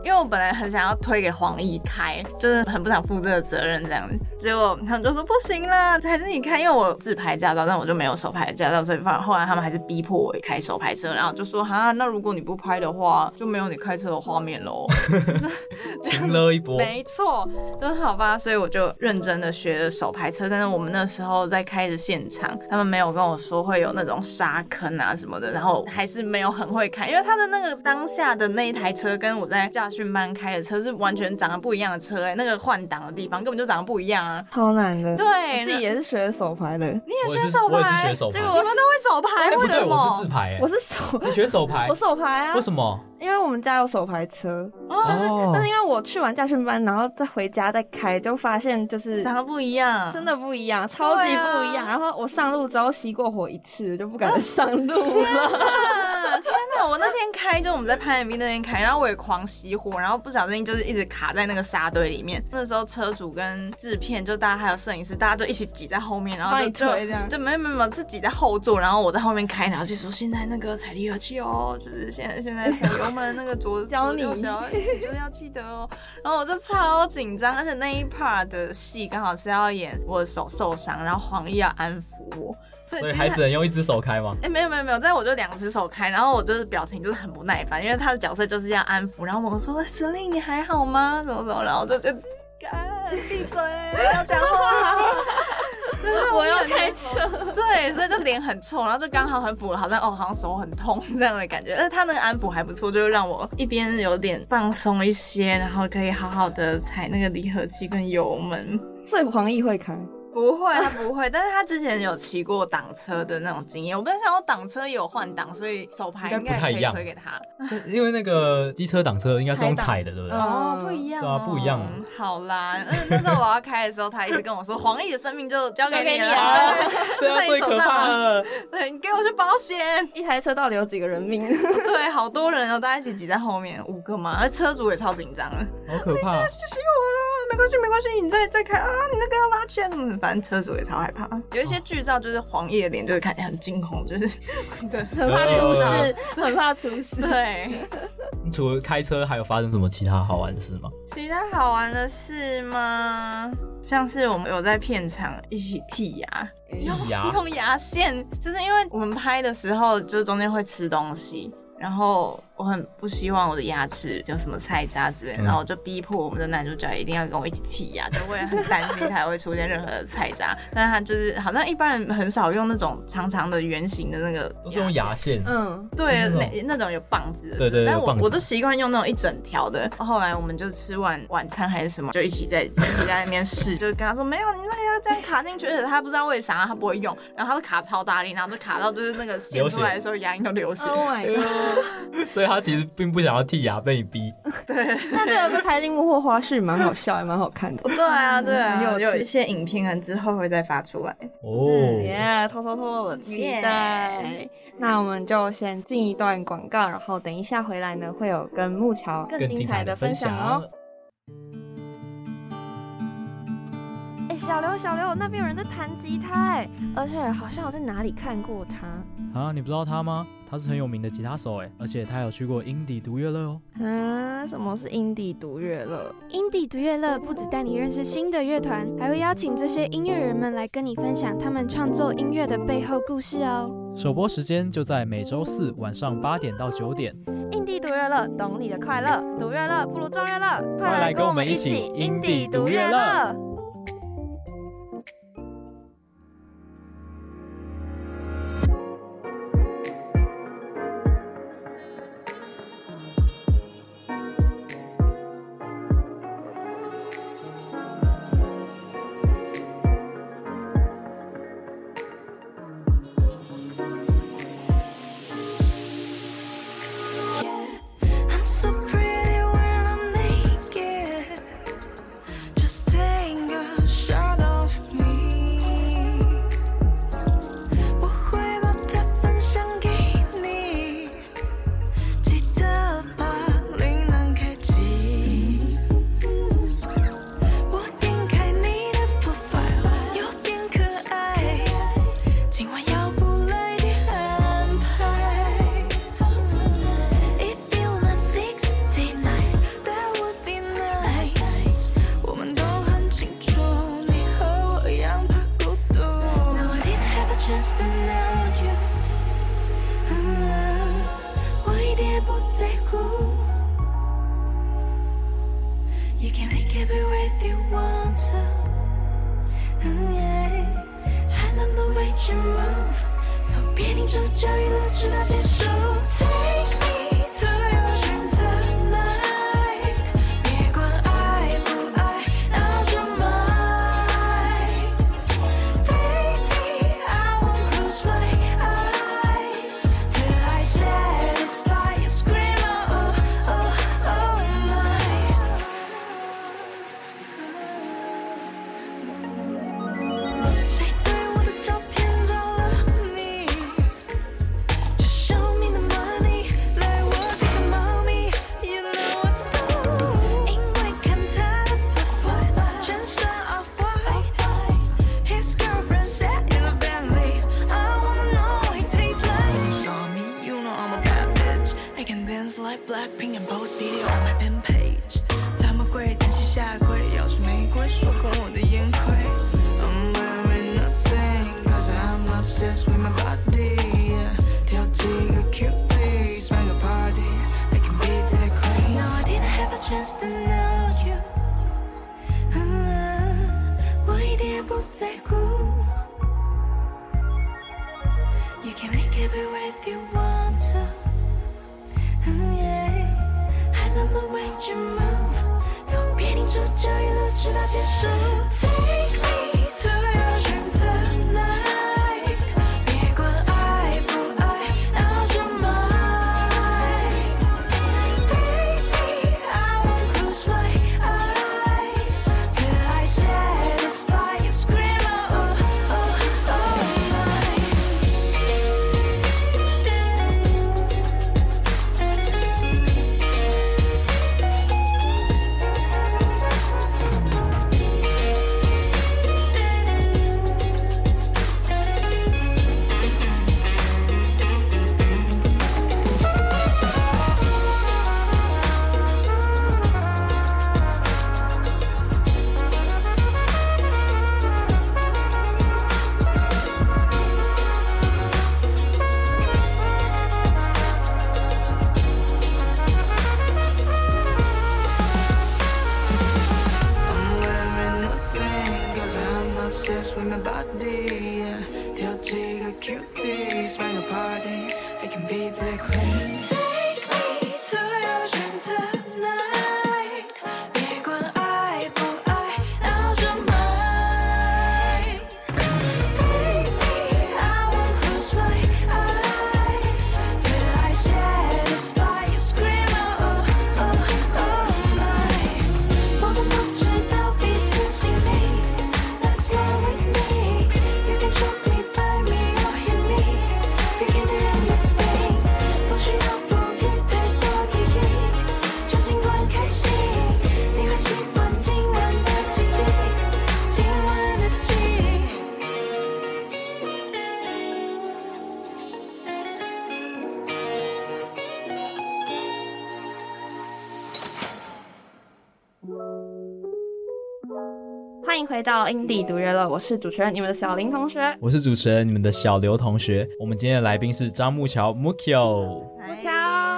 因为我本来很想要推给黄奕开，就是很不想负这个责任这样子，结果他们就说不行啦，还是你开，因为我有自排驾照，但我就没有手排驾照，所以反后来他们还是逼迫我开手排车，然后就说哈，那如果你不拍的话，就没有你开车的画面喽。
对，亲了一波，
没错，就是好吧，所以我就认真的学了手排车，但是我们那时候在开着现场，他们没有跟我说会有那种沙坑啊什么的，然后还是没有很会开，因为他的那个当下的那一台车跟我在驾训班开的车是完全长得不一样的车、欸，那个换挡的地方根本就长得不一样啊。
超难的。
对
我自己也是学的手牌的，你
我
也
也
选
是
手
我也是
牌
选手牌，
这个
你们都会手排，
哎
为
不对，
什
我是
么
自？排哎
我，是手，
你选手牌
我，手牌啊
为。什么？
因为我们家有手牌车，
哦
但是因为我去完驾训班，然后再回家再开，就发现就是
长得不一样，
真的不一样，超级不一样。然后我上路之后熄过火一次，就不敢上路了。
啊天哪！我那天开，就我们在拍 MV 那天开，然后我也狂熄火，然后不小心就是一直卡在那个沙堆里面。那时候车主跟制片，就大家还有摄影师，大家就一起挤在后面，然后
帮
就
你
就
推这样
就没有没有没有是挤在后座，然后我在后面开，然后就说现在那个踩离合器哦，就是现在 现在踩油门那个左
教你
左右脚一起就是要记得哦。然后我就超紧张，而且那一 part 的戏刚好是要演我的手受伤，然后黄奕要安抚我。所以
所以
其实
还只能用一只手开吗？
哎、没有没有没有，但我就两只手开，然后我就是表情就是很不耐烦，因为他的角色就是要安抚，然后我说司令你还好吗？怎么怎么，然后我就就干闭嘴，不要讲话。
我要开车，
对，所以就脸很臭，然后就刚好很符合，好像哦，好像手很痛这样的感觉。而且他那个安抚还不错，就是让我一边有点放松一些，然后可以好好的踩那个离合器跟油门。
所以黄奕会开。
不会，他不会，但是他之前有骑过挡车的那种经验。我本来想，我挡车也有换挡，所以手牌应
应该
该
不太一
也可以
样
推给他。
因为那个机车挡车应该是用踩的，对 不
嗯
对？
哦，不一样、哦，
对啊不一样
嗯好啦，嗯，那时候我要开的时候，他一直跟我说，黄奕的生命就交给你了，
交给
对啊
这
就
样
在你
最
手
可怕
上了，
了。
对，你给我去保险。
一台车到底有几个人 命？
对，好多人哦，大家一起挤在后面，五个嘛，而车主也超紧张的，
好可怕！
就熄火了，没关系，没关系，你再再开啊，你那个要拉圈，嗯反正车主也超害怕。有一些剧照就是黄奕的脸，就是看起来很惊恐，就是对
很怕出事，很怕出事。
对。
除了开车，还有发生什么其他好玩的事吗？
其他好玩的事吗？像是我们有在片场一起剔牙，
剔牙
用牙线，就是因为我们拍的时候，就中间会吃东西，然后我很不希望我的牙齿有什么菜渣之类的，
嗯
然后我就逼迫我们的男主角一定要跟我一起剔牙，就我也很担心他会出现任何的菜渣，但是他就是好像一般人很少用那种长长的圆形的那个，
都是用牙。线，
嗯，
对，
就是那种
那那种有棒子的，
对对对
但
有
我
棒子
我都习惯用那种一整条的。后来我们就吃完晚餐还是什么，就一起在一起在那边试， 就跟他说没有，你那个要这样卡进去，而且他不知道为啥他不会用，然后他就卡超大力，然后就卡到就是那个显
流血
出来的时候牙龈都流 血。
Oh my
啊
god！
所以他其实并不想要剔牙，被你逼。
那这个被拍进幕后花絮，蛮好笑，也蛮好 看的。
对啊，对
嗯
啊，
很有
有
趣
有一些影评人之后会再发出来。
哦，
耶，偷偷偷我期待。那我们就先进一段广告，然后等一下回来呢，会有跟木桥更
更精
精彩
彩的
的分
分
享
享
哦。。
哎、小刘，小刘，那边有人在弹吉他哎，而且好像我在哪里看过他。
啊，你不知道他吗？他是很有名的吉他手哎，而且他有去过英迪独乐乐哦。
啊，什么是印地独乐乐？
Indie 独乐乐不只带你认识新的乐团，还会邀请这些音乐人们来跟你分享他们创作音乐的背后故事哦。
首播时间就在每周四晚上八点到九点。
印地独乐乐，懂你的快乐，独乐乐不如众乐乐，
快来跟我们一起印地独乐乐。
I'm so pretty when I'm naked. Just take a shot of me. 我会把它分享给你，记得把铃铛开启。我点开你的 profile，有点可爱，今晚要不来点安排。If you love 69, that would be nice. 我们都很清楚，你和我一样怕孤独。Now I didn't have a chance to know you. 啊我一点也不在乎。You can like everywhere if you want to. 嗯，yeah I love the way you move. So 别停住，就一路直到结束。Take me to your dream tonight，别管爱不爱，那就买。Baby, I won't close my eyes till I satisfy your scream. Oh, oh, oh my. 谁对我的照片找了你？这是你的 money，来我这个猫咪，You know what to do。因为看他的 profile，全身 off white，His girlfriend sat in the Bentley，I wanna know what it tastes like。Saw me, you know I'm a bad bitch。I can dance like Blackpink and post video on my fan page。他们会单膝下跪，咬着玫瑰，手捧我的烟灰。I'm wearing nothing, cause I'm obsessed with my body. yeah. 挑几个 cuties, make a party. I can be the queen. No, I didn't have a chance to know you. Uh, 啊我一点也不在乎。You can lick everywhere if you want to. Uh, Yeah, I love the way you move. 从别停住，就一路直到结束。Take me to your dream tonight，别管爱不爱，那就买。Baby, I won't close my eyes till I satisfy your scream. Oh, oh, oh my. cuties, when you party, I can be the queen. Take me to your dream tonight，别管爱不爱，那就 mine。Baby, I won't close my eyes till I satisfy your scream. Oh oh oh my，我们都知道彼此心里。That's what we need. You can choke me, bite me, or hit me. You can do anything. 不需要顾虑太多意义，真心换开心。你会习惯今晚的记忆，今晚的记忆。
欢迎回到 Indie 独乐乐，我是主持人你们的小林同学。
我是主持人，你们的小刘同学。我们今天的来宾是张木桥 Mukio。
木
桥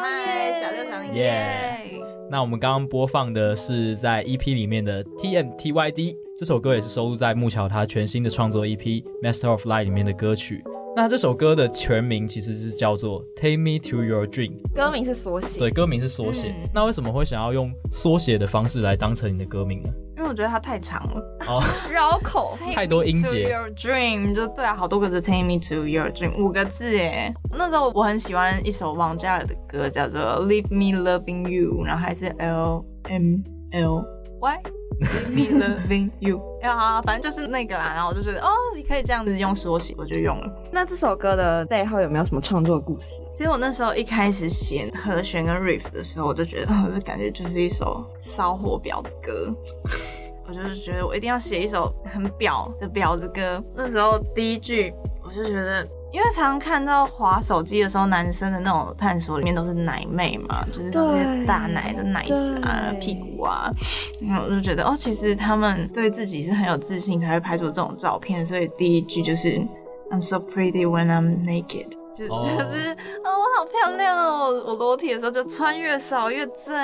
嗨，
耶
小六小林，
耶
耶！
那我们刚刚播放的是在 EP 里面的 TMTYD 这首歌，也是收录在木桥他全新的创作 EP《Master of Light》里面的歌曲。那这首歌的全名其实是叫做《Take Me to Your Dream》，
歌名是缩写，
对，歌名是缩写。
嗯
那为什么会想要用缩写的方式来当成你的歌名呢？
因为我觉得它太长了，
哦，
绕口。
太多音节
Take me to Your dream 就对啊，好多个字，Take me to your dream 五个字哎。那时候我很喜欢一首王嘉尔的歌，叫做 Leave me loving you，然后还是 L M L Y。Leave me loving you，然后反正就是那个啦。然后我就觉得哦，你可以这样子用缩写，我就用了。
那这首歌的背后有没有什么创作故事？
其实我那时候一开始写和弦跟 riff 的时候，我就觉得，哦，这感觉就是一首骚货婊子歌。我就是觉得我一定要写一首很婊的婊子歌。那时候第一句，我就觉得，因为常常看到滑手机的时候，男生的那种探索里面都是奶妹嘛，就是都是
对
大奶的奶子啊、
对
屁股啊，然后我就觉得，哦，其实他们对自己是很有自信，才会拍出这种照片。所以第一句就是 I'm so pretty when I'm naked，就是、
哦
就是啊、哦，我好漂亮哦！我我裸体的时候就穿越少越正，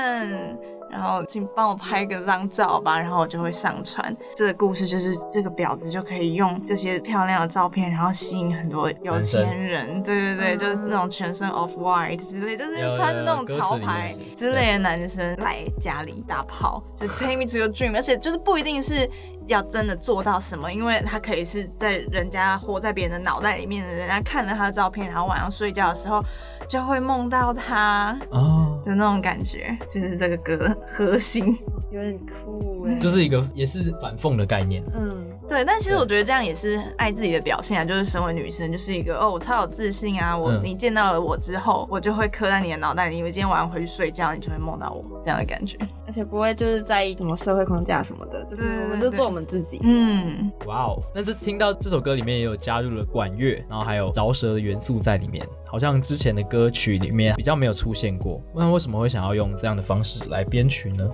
然后请帮我拍个张照吧，然后我就会上传。这个故事就是这个婊子就可以用这些漂亮的照片，然后吸引很多有钱人，对对对，就是那种全身 off white 之类，就是
有有
穿着那种
有歌词
潮
里面
牌
是
之类的男生来家里打炮， 就 take me to your dream，而且就是不一定是要真的做到什么，因为他可以是在人家活在别人的脑袋里面的，人家看了他的照片，然后晚上睡觉的时候就会梦到他
哦，
的那种感觉，就是这个歌的核心。
有点
欸
酷哎、
就是一个也是反讽的概念。
嗯，
对，但其实我觉得这样也是爱自己的表现啊，就是身为女生，就是一个哦，我超有自信啊，我、
嗯
你见到了我之后，我就会刻在你的脑袋里，因为今天晚上回去睡觉，你就会梦到我这样的感觉。
而且不会就是在意什么社会框架什么的，就是
对对
我们就
对
做我们自己。
嗯，
哇哦！那这听到这首歌里面也有加入了管乐，然后还有饶舌的元素在里面，好像之前的歌曲里面比较没有出现过。那为什么会想要用这样的方式来编曲呢？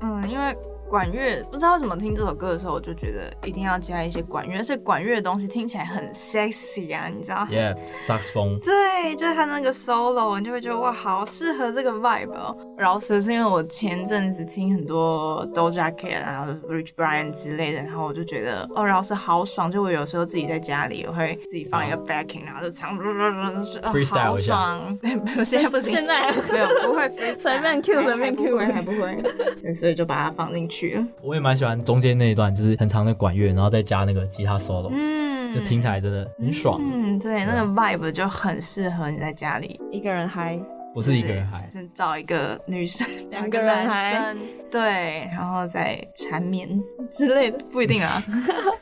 嗯，因为管乐不知道为什么听这首歌的时候，我就觉得一定要加一些管乐，而且管乐的东西听起来很 sexy 啊，你知道
Yeah，萨克斯风。
对，就是他那个 solo，你就会觉得哇，好适合这个 vibe 哦。饶舌是因为我前阵子听很多 Doja Cat 啊，然后 Rich Brian 之类的，然后我就觉得哦，饶舌好爽。就我有时候自己在家里，我会自己放一个 backing，然后就唱，就是哦
哦 Freestyle
好
一下
爽。对，没有现在不行，
现在啊
没有不 会 freestyle，
随便 cue，
还
随便 cue
还不会，还不会。对所以就把它放进去了。
我也蛮喜欢中间那一段，就是很长的管乐，然后再加那个吉他 solo，、
嗯，
就听起来真的很爽。啊
嗯，对，那个 vibe 就很适合你在家里
一个人嗨，
我是一个人嗨，
先找一个女生，
两个人嗨
找一个男生，对，然后再缠绵 之类的，不一定 啊，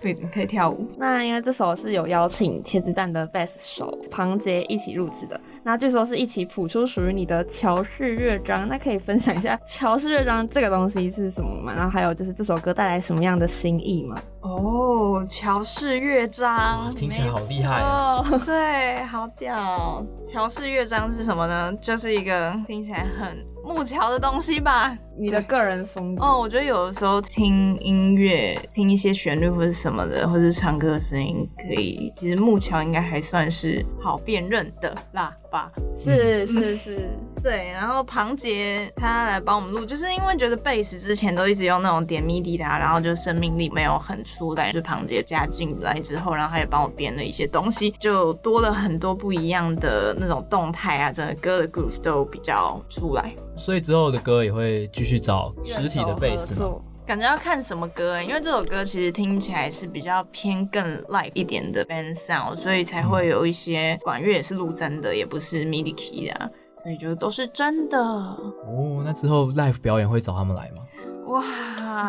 不一定可以跳舞。
那因为这首是有邀请茄子蛋的贝斯手庞杰一起录制的，那据说是一起谱出属于你的乔氏乐章，那可以分享一下 乔氏乐章这个东西是什么吗？然后还有就是这首歌带来什么样的新意吗？
哦，乔氏乐章
哇，听起来好厉害、啊。
哦，
对，好屌！乔氏乐章是什么呢？就是一个听起来很木桥的东西吧。
你的个人风格
哦，我觉得有的时候听音乐、听一些旋律或者什么的，或者唱歌的声音，可以。其实木桥应该还算是好辨认的喇叭。
嗯
是是是，
对，然后庞杰他来帮我们录，就是因为觉得贝斯之前都一直用那种点 MIDI 的啊、然后就生命力没有很出来，就庞杰加进来之后，然后他也帮我编了一些东西，就多了很多不一样的那种动态啊，整个歌的 groove 都比较出来。
所以之后的歌也会继续找实体的贝斯吗？
感觉要看什么歌、欸，因为这首歌其实听起来是比较偏更 live 一点的 band sound，所以才会有一些管乐也是录真的，也不是 MIDI key 的、啊，所以就都是真的。
哦，那之后 live 表演会找他们来吗？
哇，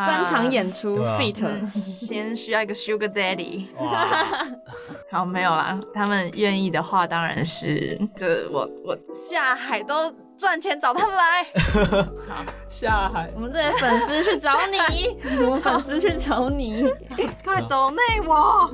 专场演出
对啊
fit
嗯先需要一个 Sugar Daddy。
哇，
好，没有啦。他们愿意的话，当然 是，就是我我下海都赚钱找他们 来。
下海
我们这些粉丝去找 你，我们粉丝去找你。
快抖内我！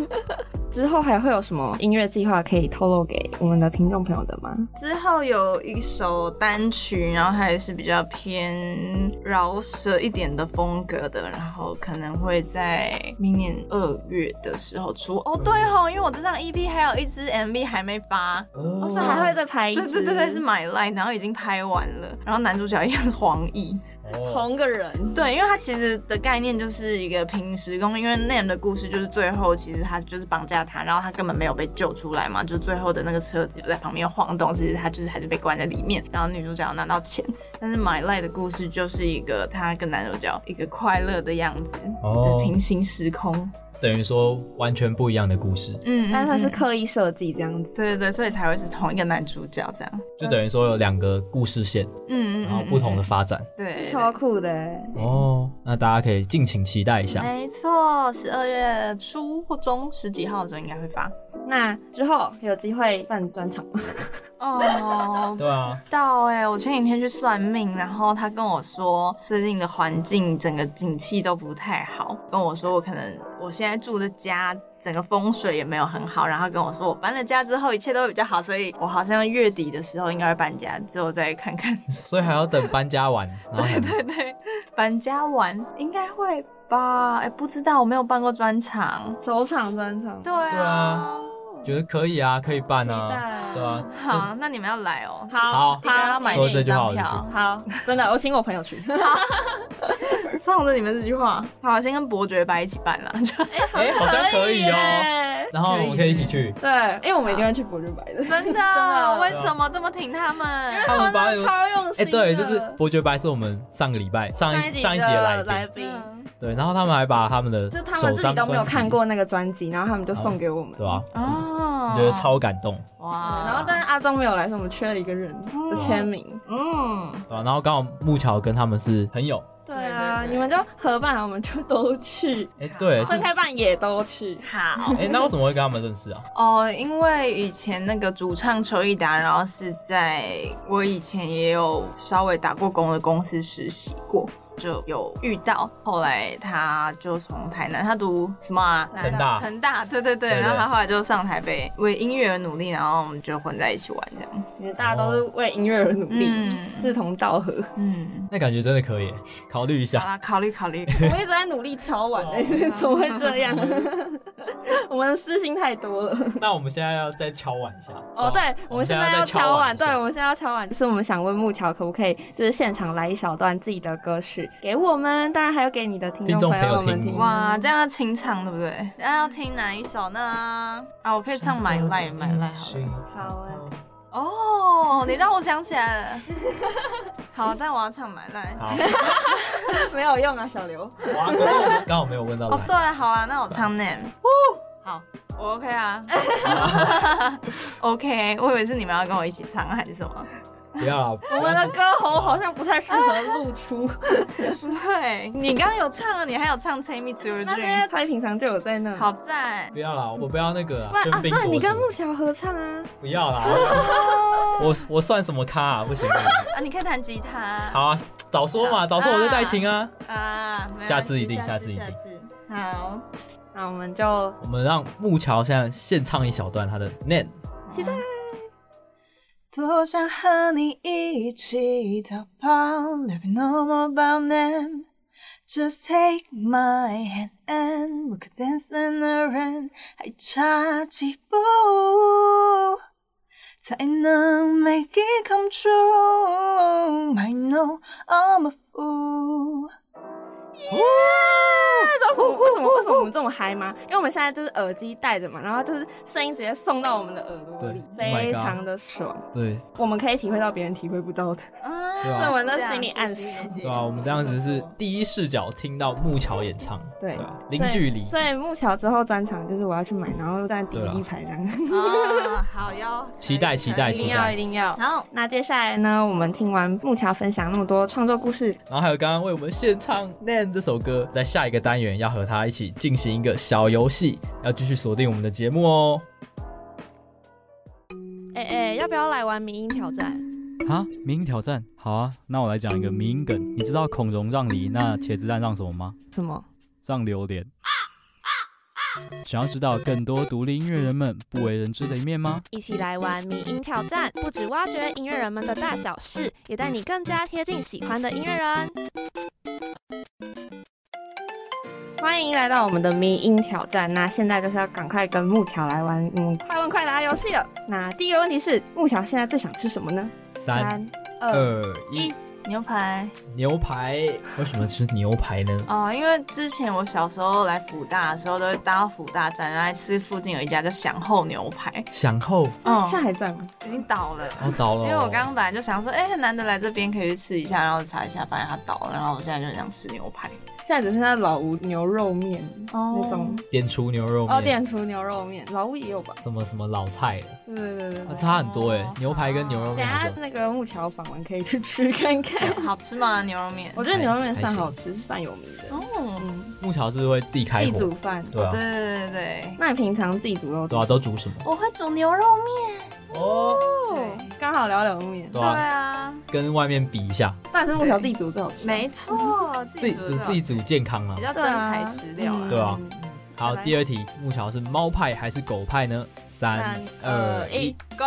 之后还会有什么音乐计划可以透露给我们的听众朋友的吗？
之后有一首单曲，然后它也是比较偏饶舌一点的风格的，然后可能会在明年二月的时候出。哦，对哦，因为我这张 EP 还有一支 MV 还没发。
哦，是还会再拍一
对对
支
对对，是 My Line，然后已经拍完了，然后男主角也是黄奕。
哦
同个人，
对，因为它其实的概念就是一个平时宫，因为 Nam 的故事就是最后其实他就是绑架他，然后他根本没有被救出来嘛，就最后的那个车子有在旁边晃动，其实他就是还是被关在里面。然后女主角拿到钱，但是 My Life 的故事就是一个他跟男主角一个快乐的样子，
哦
的平行时空。
等于说完全不一样的故事，
嗯，
哦但是他是
嗯嗯
刻意设计这样子。
对对对，所以才会是同一个男主角这样。
就等于说有两个故事线，
嗯嗯，嗯
然后不同的，发展。
嗯对，对
超酷的欸，
哦，那大家可以敬请期待一下。
没错，十二月初或中十几号的时候应该会发。
那之后有机会办专场吗？
哦，
对啊，
到哎、我前几天去算命，然后他跟我说最近的环境整个景气都不太好，跟我说我可能我现在住的家整个风水也没有很好，然后跟我说我搬了家之后一切都会比较好，所以我好像月底的时候应该会搬家，之后再 看看。
所以还要等搬家完，然后才
对对对，搬家完应该会吧？哎、不知道，我没有办过专场。
首场专场，
对啊，
对啊 觉得可以啊，可以办
期
啊，
待
对啊，
好，那你们要来哦、
好
好
一个人要买
说
一
这句话
张
我就去
票。
好，真的，我请我朋友去，
冲着你们这句话，好，先跟伯爵白一起办啦。
哎，好像可以哦。
耶
然后我们可以一起去，
对，因为我们一定会去博爵 白的，
真的？啊为什么这么挺他们？
他们把
超用
哎，
心的。
对，就是伯爵白是我们上个礼拜上一上一集
的来
的来
宾，
宾，对，然后他们还把他们的
就他们
首
自己
张
都没有
专辑
看，过那个专辑，然后他们就送给我们，
对吧？
哦
我觉得超感动，
哇
对然后但是阿忠没有来，所以我们缺了一个人的签名。
嗯，
对吧？然后刚好木桥跟他们是朋友，
对啊
对对对
你们就合办，我们就都 去，
哎，对，是
分开办也都去。
好
哎，那为什么会跟他们认识啊？
哦，因为以前那个主唱邱意达，然后是在我以前也有稍微打过工的公司实习过。就有遇到，后来他就从台南，他读什么啊？
成大
成大，对对
对
对。
对
然后他后来就上台北为音乐而努力，然后我们就混在一起玩这样。
因为大家都是为音乐而努力，
嗯
志同道合。
嗯，
那感觉真的可以，
哦
考虑一
好
啊
下。
啦，考虑考虑。
我一直在努力敲碗、欸， 怎么会这样？我们的私心太多了。
那我们现在要再敲碗一下
哦，对，我们现在要敲碗，
碗一
对，
下，
我们现在要敲碗，就是我们想问木桥可不可以，就是现场来一小段自己的歌曲给我们，当然还有给你的听
听
众
众朋
朋
友
友们
听
听。
哇，这样要清唱对不对？那要听哪一首呢？啊，我可以唱《买赖买赖》好了。
好啊，
哦，你让我想起来 了。好，但我要唱《买赖》。
好，
没有用啊，小刘。
哇，刚刚我们刚好没有问到
哦，对
来，，
好啊，那我唱 Name。好，我 OK 啊。OK，我以为是你们要跟我一起唱还是什么？
不要啦，
我 们的歌喉好像不太适合露出，
对，你刚刚有唱啊，你还有唱《Take Me to Your
那因为
Dream
他平常就有在那。》，
好赞。
不要啦，我不要那个
不
啦，
然啊，
喧宾
对，你
夺
跟
主
木桥合唱啊，
不 要啦，我我算什么咖啊？不行，不行
啊，你可以弹吉他。
好啊，早说嘛，早说我就带琴 啊。
啊，没关系
下次一定下
下
次一定
下次。好，
那我们 就
我们让木桥现在现唱一小段他的 Nan，
期待。多想和你一起逃跑，Let me know more about them。Just take my hand and we could dance in the rain，还差几步才能 make it come true。I know I'm a fool。
知道为什么为什么为什么我们这么嗨吗？因为我们现在就是耳机戴着嘛，然后就是声音直接送到我们的耳朵里，
对，Oh my
非
God
常的爽。
对
我们可以体会到别人体会不到的，
啊
对
这
啊，
我们的心理暗示。
对啊，我们这样子是第一视角听到木桥演唱，
对
啊，零距离，
所以木桥之后专场就是我要去买，然后站第
对啊
一排这样。
啊，好哟，
期待期待
一
期
定要
待
一。定要。
好，
那接下来呢，我们听完木桥分享那么多创作故事，
然后还有刚刚为我们献唱《Nan》这首歌，在下一个单元要和他一起进行一个小游戏，要继续锁定我们的节目哦。
哎哎，要不要来玩民音挑战？
啊，民音挑战，好啊，那我来讲一个民音梗。你知道孔融让梨，那茄子蛋让什么吗？
什么？
让榴莲。想要知道更多独立音乐人们不为人知的一面吗？
一起来玩民音挑战，不止挖掘音乐人们的大小事，也带你更加贴近喜欢的音乐人。
欢迎来到我们的迷音挑战。那现在就是要赶快跟木桥来玩，嗯，快问快答游戏了。那第一个问题是，木桥现在最想吃什么呢？
三
二，
二一，
牛排
牛排。为什么吃牛排呢？
哦，因为之前我小时候来福大的时候，都会搭到福大站，然后来吃附近有一家叫享后牛排，
想后，
嗯
现在还在吗？
已经倒了。
哦，倒了
因
哦。
为我刚刚本来就想说，哎、很难得来这边可以去吃一下，然后查一下，发现它倒了，然后我现在就很想吃牛排。
现在只剩下老吴牛肉面、
哦
那种，
点出牛肉面，
哦，电厨牛肉面，老吴也有吧？
什么什么老菜的，
对对对对
啊
哦
对。
差很多哎，牛排跟牛肉
等
面
一
好
下
像
那个木桥访完可以去吃看看。
好吃吗？牛肉面？
我觉得牛肉面
还
算
还行
好吃，是算有名的。
哦，
嗯，
木桥是不是会自己
自
开
己
火，
煮饭。
对啊
对，对对对，
那你平常自己煮肉？
对啊，都煮什么？
我会煮牛肉面。
哦，
哦，刚好聊聊面。
对
对
啊，
啊，
跟外面比一下，
但是木桥自己煮最好吃。
没错，自
自己
煮的
自己煮健康啊
比。较真材实料啊。
对啊
嗯
好，
拜拜
第二题，木桥是猫派还是狗派呢？啊三
三
二
二
一啊
一，
狗，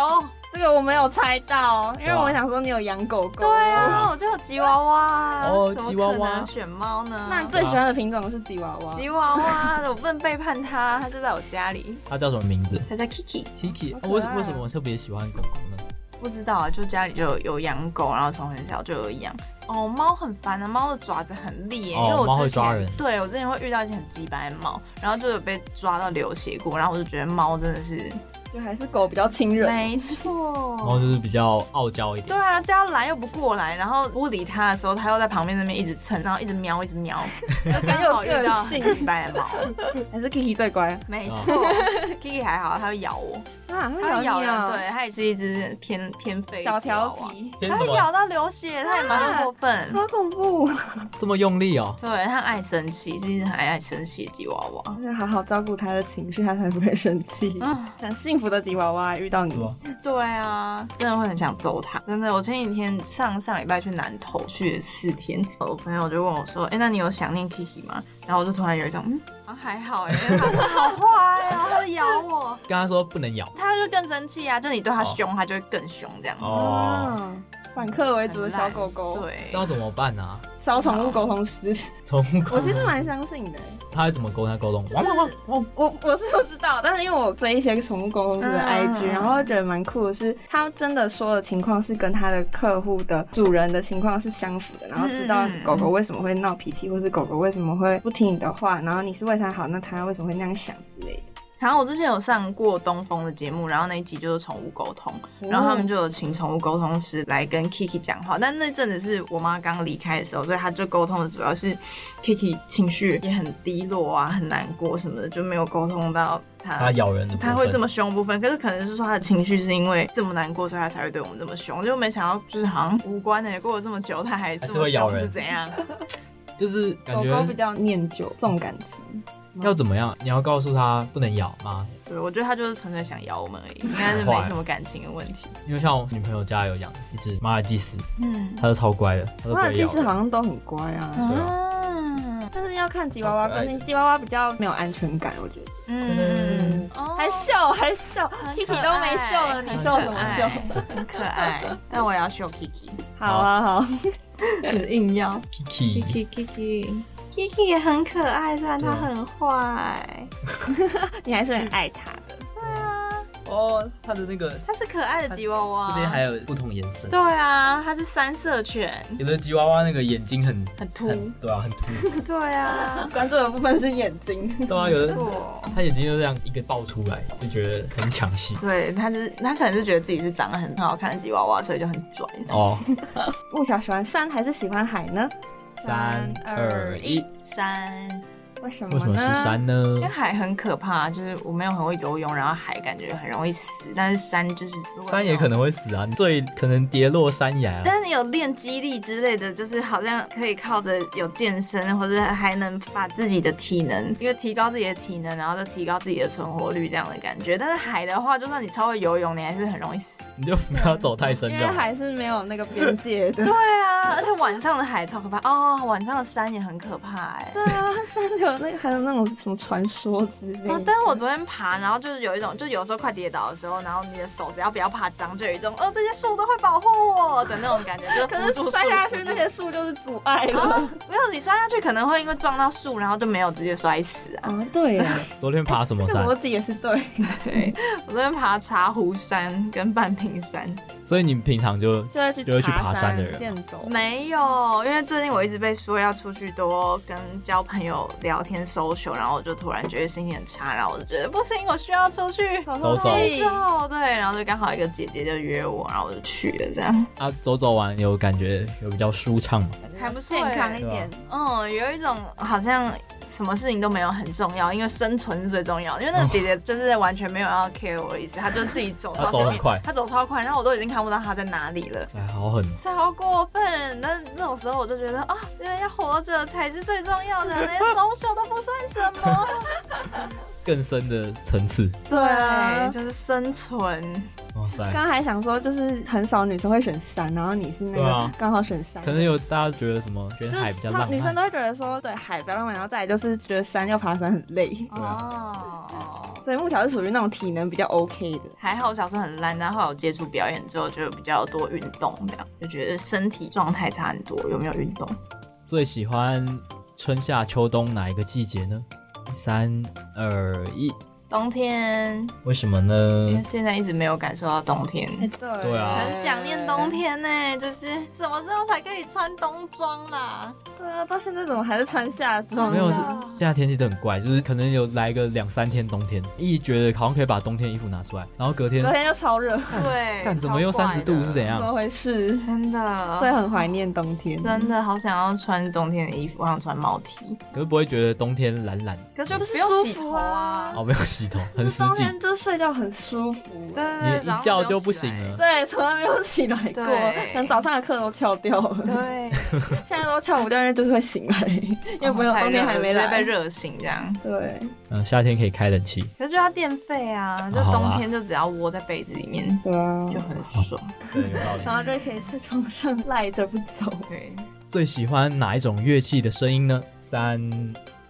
这个我没有猜到，因为
哇
我想说你有养狗狗。
对啊，我就有吉娃娃，
哦
怎么
吉娃
可
娃
能选猫呢？
那你最喜欢的品种是吉娃娃。
啊
吉娃娃，我不能背叛它，它就在我家里，
它叫什么名字
它叫 Kiki。
？Kiki，
好可
哦为
爱啊
为什么我特别喜欢狗狗呢？
不知道啊，就家里就有有养狗，然后从很小就有养。哦，猫很烦的，猫的爪子很利耶，
哦
因为我之前
猫会抓人
对我之前会遇到一些很鸡掰的猫，然后就有被抓到流血过，然后我就觉得猫真的是
就还是狗比较亲人。
没
哦
错。
猫就是比较傲娇一
对
点，
啊，叫它来又不过来，然后我理它的时候，它又在旁边那边一直蹭，然后一直喵，一直喵，就刚好遇到很鸡 掰的猫。
哦
还是 Kiki 最乖
没错，Kiki 还好，它会咬我，
啊，会
它会咬
你
人，
啊，
对，它也是一只偏偏肥
小调
吉娃娃，
皮，
天
它
怎
会咬
么
到流血，它也蛮过分。
好恐怖。
这么用力哦？
对，他爱生气，是一只很爱生气的吉娃娃。
那好好照顾它的情绪，它才不会生气。
嗯，
很幸福的吉娃娃遇到你
对，啊吧？
对啊，真的会很想揍他。真的，我前几天上上礼拜去南投去了四天，我朋友就问我说：“哎、那你有想念 Kiki 吗？”然后我就突然有一种，嗯，啊还好哎、欸，他好坏啊，他会咬我，
跟它说不能咬
他就更生气啊。就你对他凶，他就会更凶这样子。
哦，
啊，反客为主的小狗狗，
对
这，要怎么办啊？
小宠物沟通师，
从
我其实蛮相信的。
它会怎么沟通沟通？汪汪汪汪！
我我是不知道，但是因为我追一些宠物公司的
嗯
IG，、然后觉得蛮酷的是，他真的说的情况是跟他的客户的主人的情况是相符的，然后知道
嗯嗯嗯
狗狗为什么会闹脾气，或是狗狗为什么会不听你的话，然后你是为它好，那它为什么会那样想之类的。
然后我之前有上过东风的节目，然后那一集就是宠物沟通，
嗯
然后他们就有请宠物沟通师来跟 Kiki 讲话。但那阵子是我妈刚离开的时候，所以她就沟通的主要是 Kiki 情绪也很低落啊，很难过什么的，就没有沟通到
它
她。
咬人的部分，
她会这么凶的部分，可是可能是说她的情绪是因为这么难过，所以她才会对我们这么凶。就没想到就是好像无关的、欸过了这么久，她还
还
这
是
么
会咬
凶
人
是 怎样？
就是感
狗狗比
觉
较念旧，重感情。
要怎么样？你要告诉它不能咬吗？
对，我觉得她就是纯粹想咬我们而已，应该是没什么感情的问题。
因为像我女朋友家有养一只马尔济斯，
嗯，
它都超乖的，它都不
哇，
会
其
咬
实好
人。
像都很乖啊，
对啊，
啊
但是要
要看吉娃娃个性，吉娃娃比较
没有安全感，我觉得。
嗯，
哦还秀还秀，Kiki 都没秀了，你秀什么秀？？
很可 爱。那我也要秀 Kiki。
好啊，好，
硬要
Kiki，
Kiki。Kiki 也很可爱，虽然
对
他很坏，
你还是很爱他的。
哦，它的那个
他是可爱的吉娃娃
啊
这边还有不同颜色，
对啊，他是三色犬。
有的吉娃娃那个眼睛很
很凸
对啊，很 凸，
对啊，
关注的部分是眼睛，
对啊，有的它眼睛就这样一个爆出来，就觉得很抢戏。
对，他是他可能是觉得自己是长得很好看的吉娃娃，所以就很拽。
哦，
木小喜欢山还是喜欢海呢？
三二一，
山，
为什
为什
么
么是
呢？
山呢？
因为海很可怕，就是我没有很会游泳，然后海感觉很容易死，但是山就是如果
山也可能会死啊，你最可能跌落山崖啊。
但是你有练肌力之类的，就是好像可以靠着有健身，或者还能把自己的体能，因为提高自己的体能，然后再提高自己的存活率这样的感觉。但是海的话，就算你超会游泳，你还是很容易 死。
你就不要走太深
因
就
为
好。
海是没有那个边界的。
对啊，而且晚上的海超可怕哦，晚上的山也很可 怕哎、
对啊，山有那个还有那种什么传说之类
哦
的，。
但是我昨天爬，然后就是有一种，就哦有时候快跌倒的时候，然后你的手只要不要怕脏，就有一种哦这些树都会保护我的那种感觉， 就是
可
扶住
是
树
摔下去
扶住
那些树就是阻碍了。
没有你摔下去可能会因为撞到树，然后就没有直接摔死啊。
啊，对啊，
昨天爬什么
这
山？
逻辑也是对。
对，我昨天爬茶壶山跟半屏山，
所以你平常就
就会去
就会去爬山的人
健走。
没有，因为最近我一直被说要出去多跟交朋友聊天 social，然后我就突然觉得心情很差，然后我就觉得不行，我需要出去
走走
走
啊
走。对，然后就刚好一个姐姐就约我，然后我就去了，这样
啊走走完有感觉有比较舒畅嘛？
还不错、
健康
欸
一点，
啊
嗯，有一种好像什么事情都没有很重要，因为生存是最重要的。因为那个姐姐就是完全没有要 care 我的意思，她就自己走
她
超
啊走
前
很
面
快
她走超快，然后我都已经看不到她在哪里了。
哎，好狠！
超过分！但那种时候我就觉得啊，原来要活着才是最重要的， 连 social 都不算什么。
更深的层次，
对
啊
就是生存。
哇塞！
刚刚还想说，就是很少女生会选山，然后你是那
对啊
个刚好选山。
可能有大家觉得什么觉
就
得海比
是
较
他
浪
们女生都
漫，
会觉得说，对海比较浪漫，然后再来就是觉得山要爬山很累，
对啊，
哦，
所以木桥是属于那种体能比较 OK 的。
还好我小时候很烂，但后来我接触表演之后，就比较多运动，这样就觉得身体状态差很多。有没有运动？
最喜欢春夏秋冬哪一个季节呢？三二一，
冬天，
为什么
因为
呢？
现在一直没有感受到冬天。
对
对啊
很想念冬。天呢、就是什么时候才可以穿冬装啦？
对啊，到现在怎么还是穿夏装？啊
没有，是现在天气都很怪，就是可能有来个两三天冬天，一觉得好像可以把冬天衣服拿出来，然后隔天
昨天就超热，怎
对，
干怎么又
超怪
三十度
的
是怎？样？
么回事？
真的，
所以很怀念冬天。
真的好想要穿冬天的衣服，我想穿毛 T，
可是不会觉得冬天懒懒
可是就
就是
不用洗
舒服
头啊。
哦，没有洗头，很实
冬
际，
天就睡觉很舒服。
对
你
对对，
一觉就不行了。
对，从来没有起来过，
对
可能早上的课都翘掉
早
了，
上 没有起来。
现在都翘不掉，因为就是会醒来，因
对，
为没有
哦太
冬天
热
还
了
没
直接
来
被。热醒这样。
对，
嗯，夏天可以开冷气，
可是就要电费啊，就
好啊
冬天就只要窝在被子里面
对啊，
就很爽。
对，有道理
然后就可以在床上赖着不走。
对，
最喜欢哪一种乐器的声音呢？三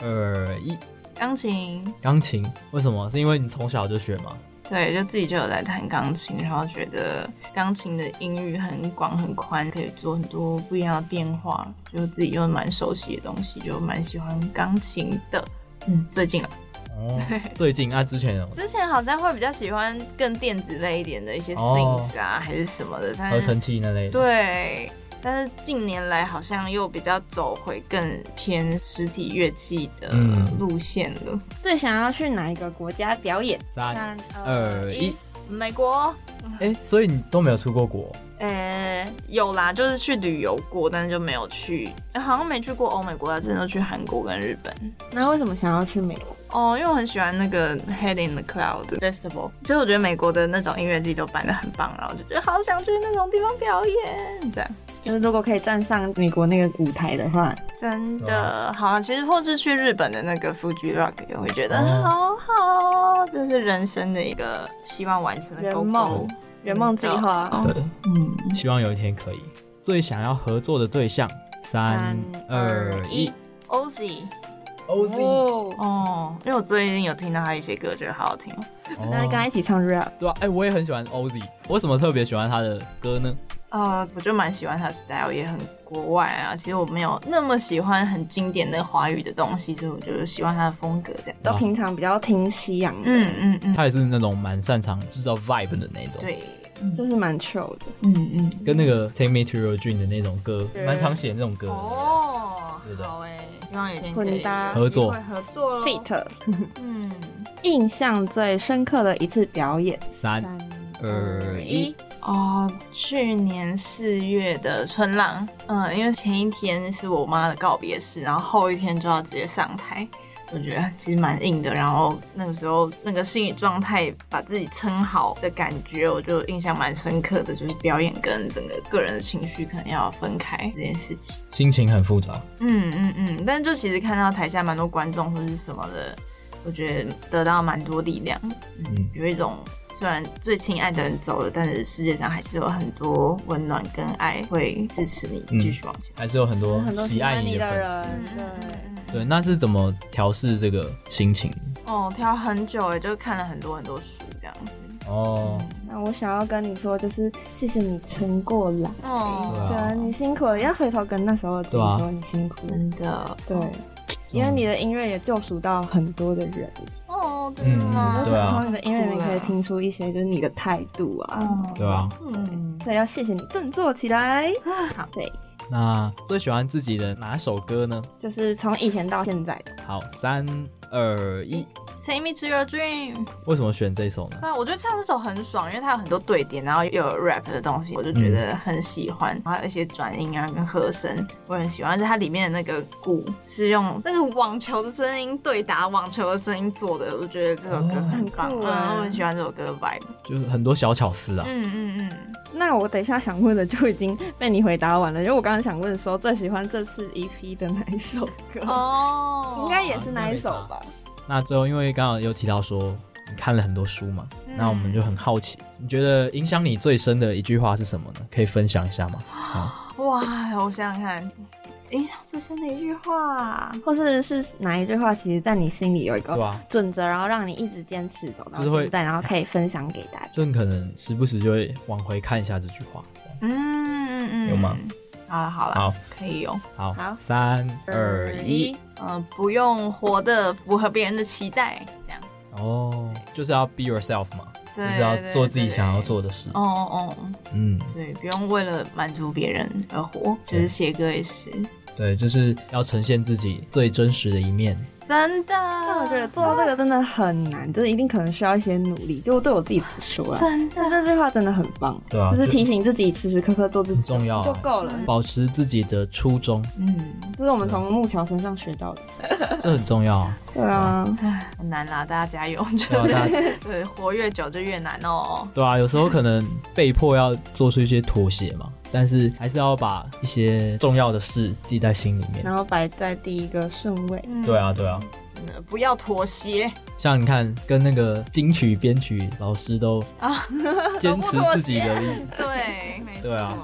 二一，
钢琴，
钢琴。为什么？是因为你从小就学吗？
对，就自己就有在弹钢琴，然后觉得钢琴的音域很广很宽，可以做很多不一样的变化，就自己又蛮熟悉的东西，就蛮喜欢钢琴的。嗯，最近啊，
哦，最近啊，之前有
之前好像会比较喜欢更电子类一点的一些
哦
synths 啊，还是什么的，但
合
是
成器那类的。
对，但是近年来好像又比较走回更偏实体乐器的
嗯
路线了。
最想要去哪一个国家表演？
三
呃
二一，
美国，
哎，所以你都没有出过国，
呃，有啦，就是去旅游过，但是就没有去，呃好像没去过欧美国家，真的去韩国跟日本。
那为什么想要去美国？
哦，因为我很喜欢那个 Head in the Cloud Festival，就是我觉得美国的那种音乐季都办得很棒，然后我就觉得好想去那种地方表演，这样。
就是如果可以站上美国那个舞台的话，
真
对
的好啊，其实或是去日本的那个 Fuji Rock 也会觉得好
哦
好，这是人生的一个希望完
嗯
成的
圆
勾
梦
梦。
圆梦计划。
哦
对，
嗯，
希望有一天可以。最想要合作的对象，三
三
二
二
一
一，
，Ozzy，
OZ，
哦，因为我最近有听到他一些歌，觉得好好听。
那跟他一起唱 rap
对啊，哎、我也很喜欢 OZ，我为什么特别喜欢他的歌呢？
呃，我就蛮喜欢他的 style，也很国外啊。其实我没有那么喜欢很经典的华语的东西，所以我就喜欢他的风格这样。
哦
都平常比较听西洋的，
嗯嗯嗯，
他也是那种蛮擅长制造 vibe 的那种，
对，
就是蛮 chill 的。
嗯嗯。
跟那个 Take Me to Your Dream 的那种歌，蛮常写那种歌的。
哦
对，的
好哎、希望有一天可以
混搭
合作
有机会合作喽。
Fit
嗯，
印象最深刻的一次表演，
三
哦
嗯
二呃一，
哦，去年四月的春浪，嗯，因为前一天是我妈的告别式，然后后一天就要直接上台。我觉得其实蛮硬的，然后那个时候那个心理状态把自己撑好的感觉，我就印象蛮深刻的，就是表演跟整个个人的情绪可能要分开这件事情。
心情很复杂。
嗯嗯嗯，但就其实看到台下蛮多观众或是什么的，我觉得得到蛮多力量，
嗯
有一种虽然最亲爱的人走了，但是世界上还是有很多温暖跟爱会支持你
嗯
继续往前。
还是有很多
很多
喜
喜
爱
欢
你
你
的
的
粉丝。
嗯
人，对。
对，那是怎么调试这个心情？
哦，挑很久哎，就看了很多很多书这样子。
哦，
那我想要跟你说，就是谢谢你撑过来，
嗯
哦，
对啊，你辛苦了，要回头跟那时候的自己
对啊
说你辛苦了，
真的
对，因为你的音乐也救赎到很多的人，
哦，真的
嗯
吗？
对啊
从你的音乐里面可以听出一些就是你的态度啊，
哦，
对啊。
嗯，
所以要谢谢你振作起来，
好，
对，
那最喜欢自己的哪首歌呢？
就是从以前到现在，
好，三二一，
Take me to your dream。
为什么选这首呢？
对啊，我觉得唱这首很爽，因为它有很多对点，然后又有 rap 的东西，我就觉得
嗯
很喜欢。还有一些转音啊跟和声，我很喜欢。而且它里面的那个鼓是用那个网球的声音对打网球的声音做的，我觉得这首歌
哦
很棒，
很酷啊
啊，我很喜欢这首歌的 vibe。
就是很多小巧思啊。
嗯嗯嗯，
那我等一下想问的就已经被你回答完了，因为我刚刚想问说最喜欢这次 EP 的哪一首歌，
哦
应该也是哪一首吧？
那最后，因为刚好有提到说你看了很多书嘛，
嗯
那我们就很好奇，你觉得影响你最深的一句话是什么呢？可以分享一下 吗？啊，
哇，我想想看，印象最深的一句话，
或是是哪一句话，其实在你心里有一
对
个
吧？
准则，然后让你一直坚持走到
就是会
现在，然后可以分享给大家。
就你可能时不时就会往回看一下这句话。
嗯嗯嗯，
有吗？
好了好了，
好，
可以有。
好，
好
三二一，
嗯、不用活得符合别人的期待，这样。
哦，就是要 be yourself 嘛，就
对
是要做自己想要。做的事
对对。哦哦，哦
嗯，
对，不用为了满足别人而活，就是写歌也是
对，就是要呈现自己最真实的一面。
真的。
但我觉得做到这个真的很难，就是一定可能需要一些努力。就对我自己来说啊啦，
真的
但这句话真的很棒，
对啊
就是
就
提醒自己时时刻刻做自己
很重要啊
就够了。
保持自己的初衷，
嗯，
这是我们从木桥身上学到的。
这很重要啊。
对啊，
很难啦，大家加油！
对
就
啊
是
大
对，活越久就越难哦。
对啊，有时候可能被迫要做出一些妥协嘛，但是还是要把一些重要的事记在心里面。
然后摆在第一个顺位，
嗯
对啊，，对啊，
真的嗯不要妥协，
像你看，跟那个金曲编曲老师都
啊
坚持自己的意。
对，没错。
对啊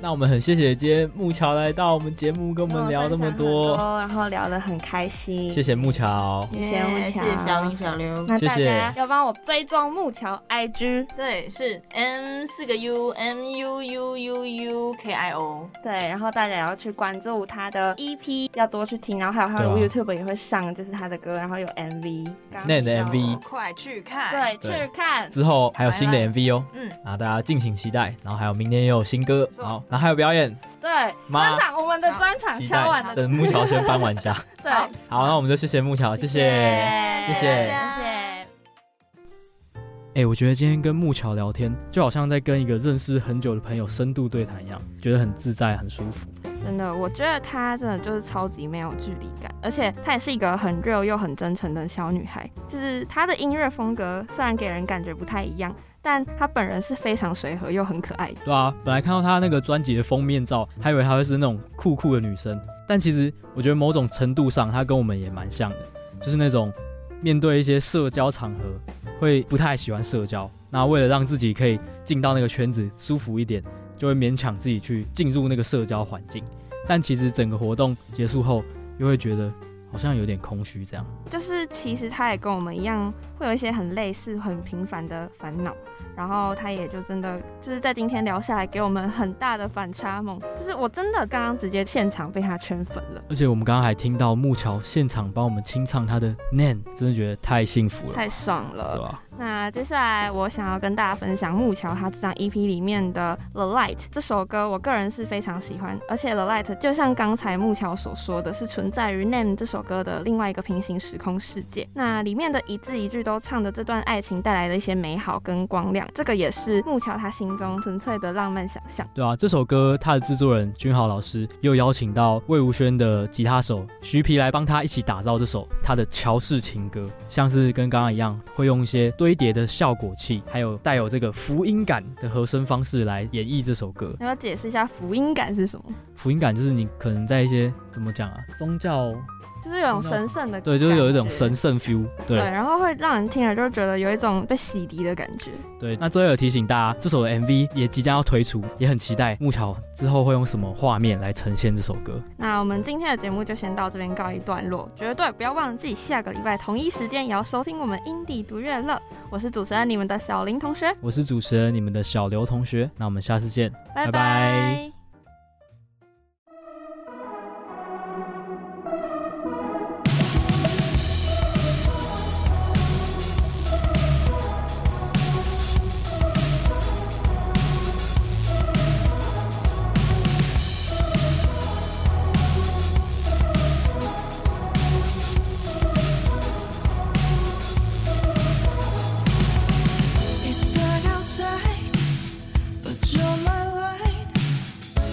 那我们很谢谢今天木桥来到我们节目，跟我们聊那
跟
么
我分享很
多，
多，然后聊得很开心。
谢谢木桥。
谢谢木桥
谢谢小林、小刘。
那大
谢
家
谢
要帮我追踪木桥 IG，
对，是 M 四个 U M U U U U K I O。
对，然后大家也要去关注他的 EP，要多去听，然后还有他的
对啊
YouTube 也会上，就是他的歌，然后有 MV，刚刚
那你的
提到
MV
哦快去看！
对，
对
去看。
之后还有新的 MV 哦，
嗯，
然后大家敬请期待。然后还有明天也有新歌，
错
好，然后还有表演，
对，
妈
专场我们的专场
期
啊敲完
待
了，
等木桥先搬完家。
对，
好，那我们就谢谢木桥，谢谢。谢谢
谢
大
家
谢。
哎、我觉得今天跟木桥聊天，就好像在跟一个认识很久的朋友深度对谈一样，觉得很自在、很舒服。
真的，我觉得她真的就是超级没有距离感，而且她也是一个很 real 又很真诚的小女孩。就是她的音乐风格虽然给人感觉不太一样，但她本人是非常随和又很可爱的。
对啊，本来看到她那个专辑的封面照，还以为她会是那种酷酷的女生，但其实我觉得某种程度上，她跟我们也蛮像的，就是那种面对一些社交场合会不太喜欢社交，那为了让自己可以进到那个圈子舒服一点，就会勉强自己去进入那个社交环境，但其实整个活动结束后，又会觉得
好像有点空虚这样。
就是其实他也跟我们一样，会有一些很类似、很平凡的烦恼。然后他也就真的就是在今天聊下来，给我们很大的反差萌。就是我真的刚刚直接现场被他圈粉了，
而且我们刚刚还听到木桥现场帮我们清唱他的《Nan》，真的觉得太幸福了，
太爽了。
对吧？
那接下来我想要跟大家分享木桥他这张 EP 里面的《The Light》这首歌，我个人是非常喜欢，而且《The Light》就像刚才木桥所说的是存在于《Name》这首歌的另外一个平行时空世界。那里面的一字一句都唱着这段爱情带来的一些美好跟光亮，这个也是木桥他心中纯粹的浪漫想象。
对啊，这首歌他的制作人君豪老师又邀请到魏无羡的吉他手徐皮来帮他一起打造这首他的乔氏情歌，像是跟刚刚一样，会用一些堆叠的效果器，还有带有这个福音感的和声方式来演绎这首 歌。
要不要解释一下福音感是什么？
福音感就是你可能在一些怎么讲啊，宗教
就是有种神圣的，
对，就是有一种神。圣 feel，
对，
对
然后会让人听了就觉得有一种被洗涤的感觉。
对。那最后也提醒大家，这首的 MV 也即将要推出，也很期待木桥之后会用什么画面来呈现这首歌。
那我们今天的节目就先到这边告一段落，绝对不要忘记下个礼拜同一时间也要收听我们英迪独乐乐。我是主持人你们的小林同学，
我是主持人，你们的小刘同学，那我们下次见。拜
拜
拜
拜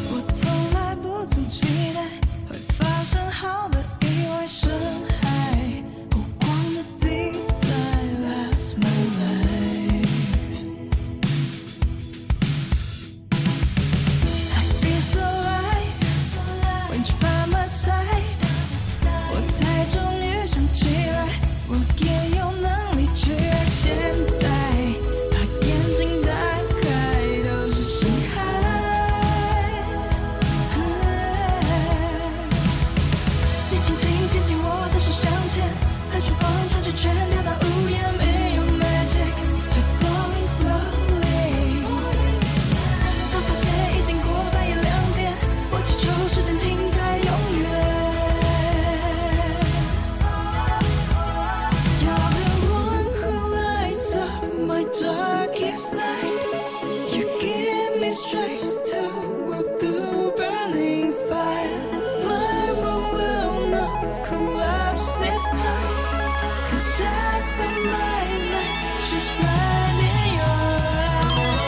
我从来不曾期待会发生好的意外，深海无光的地带，That's my life。I feel so alive when you're by my side，我才终于想起来，我也有能力去爱。现在把眼睛打开，都是深海。你轻轻牵起我的手向前，在厨房转着圈跳到午夜，没有 magic，just falling slowly。当发现已经过半夜两点，我祈求时间停在永远。You're the one who lights up my darkest night. You give me strength to walk through burning fire. My world will not collapse this time. Cause I found my light just right in your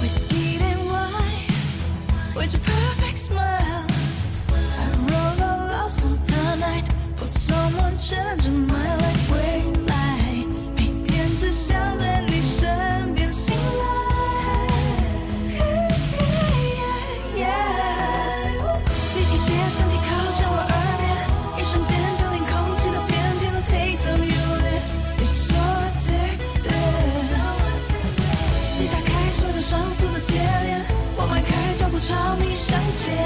Whiskey and wine with your perfect smile. I wrote a lesson tonight for someone changing my life. 未来每天只想在你身边醒来。你倾斜身体靠向我耳边，一瞬间就连空气都变甜了。Taste of your lips is so addictive. 你打开所有上锁的铁链，我迈开脚步朝你向前。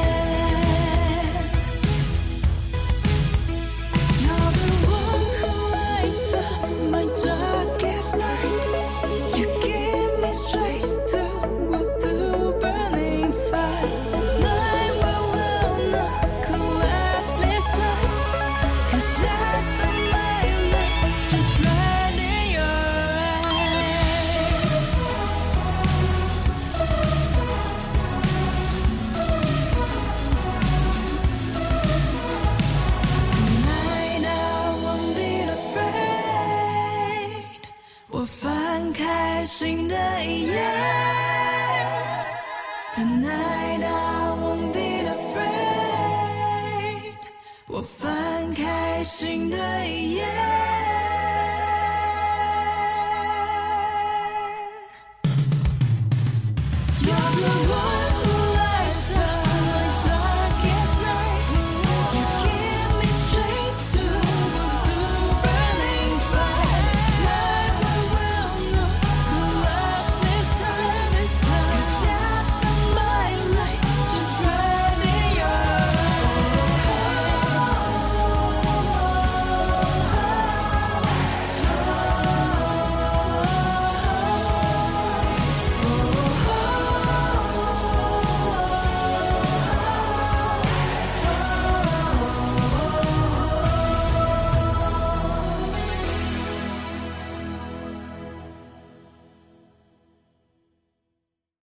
You're the one who lights up my darkest night. You give me strength to walk through burning fire. My world will not collapse this time. 'Cause I found my light just right in your eyes. Tonight I won't be afraid，我翻开新的一页。Tonight I won't be afraid，我翻开新的一页。You're the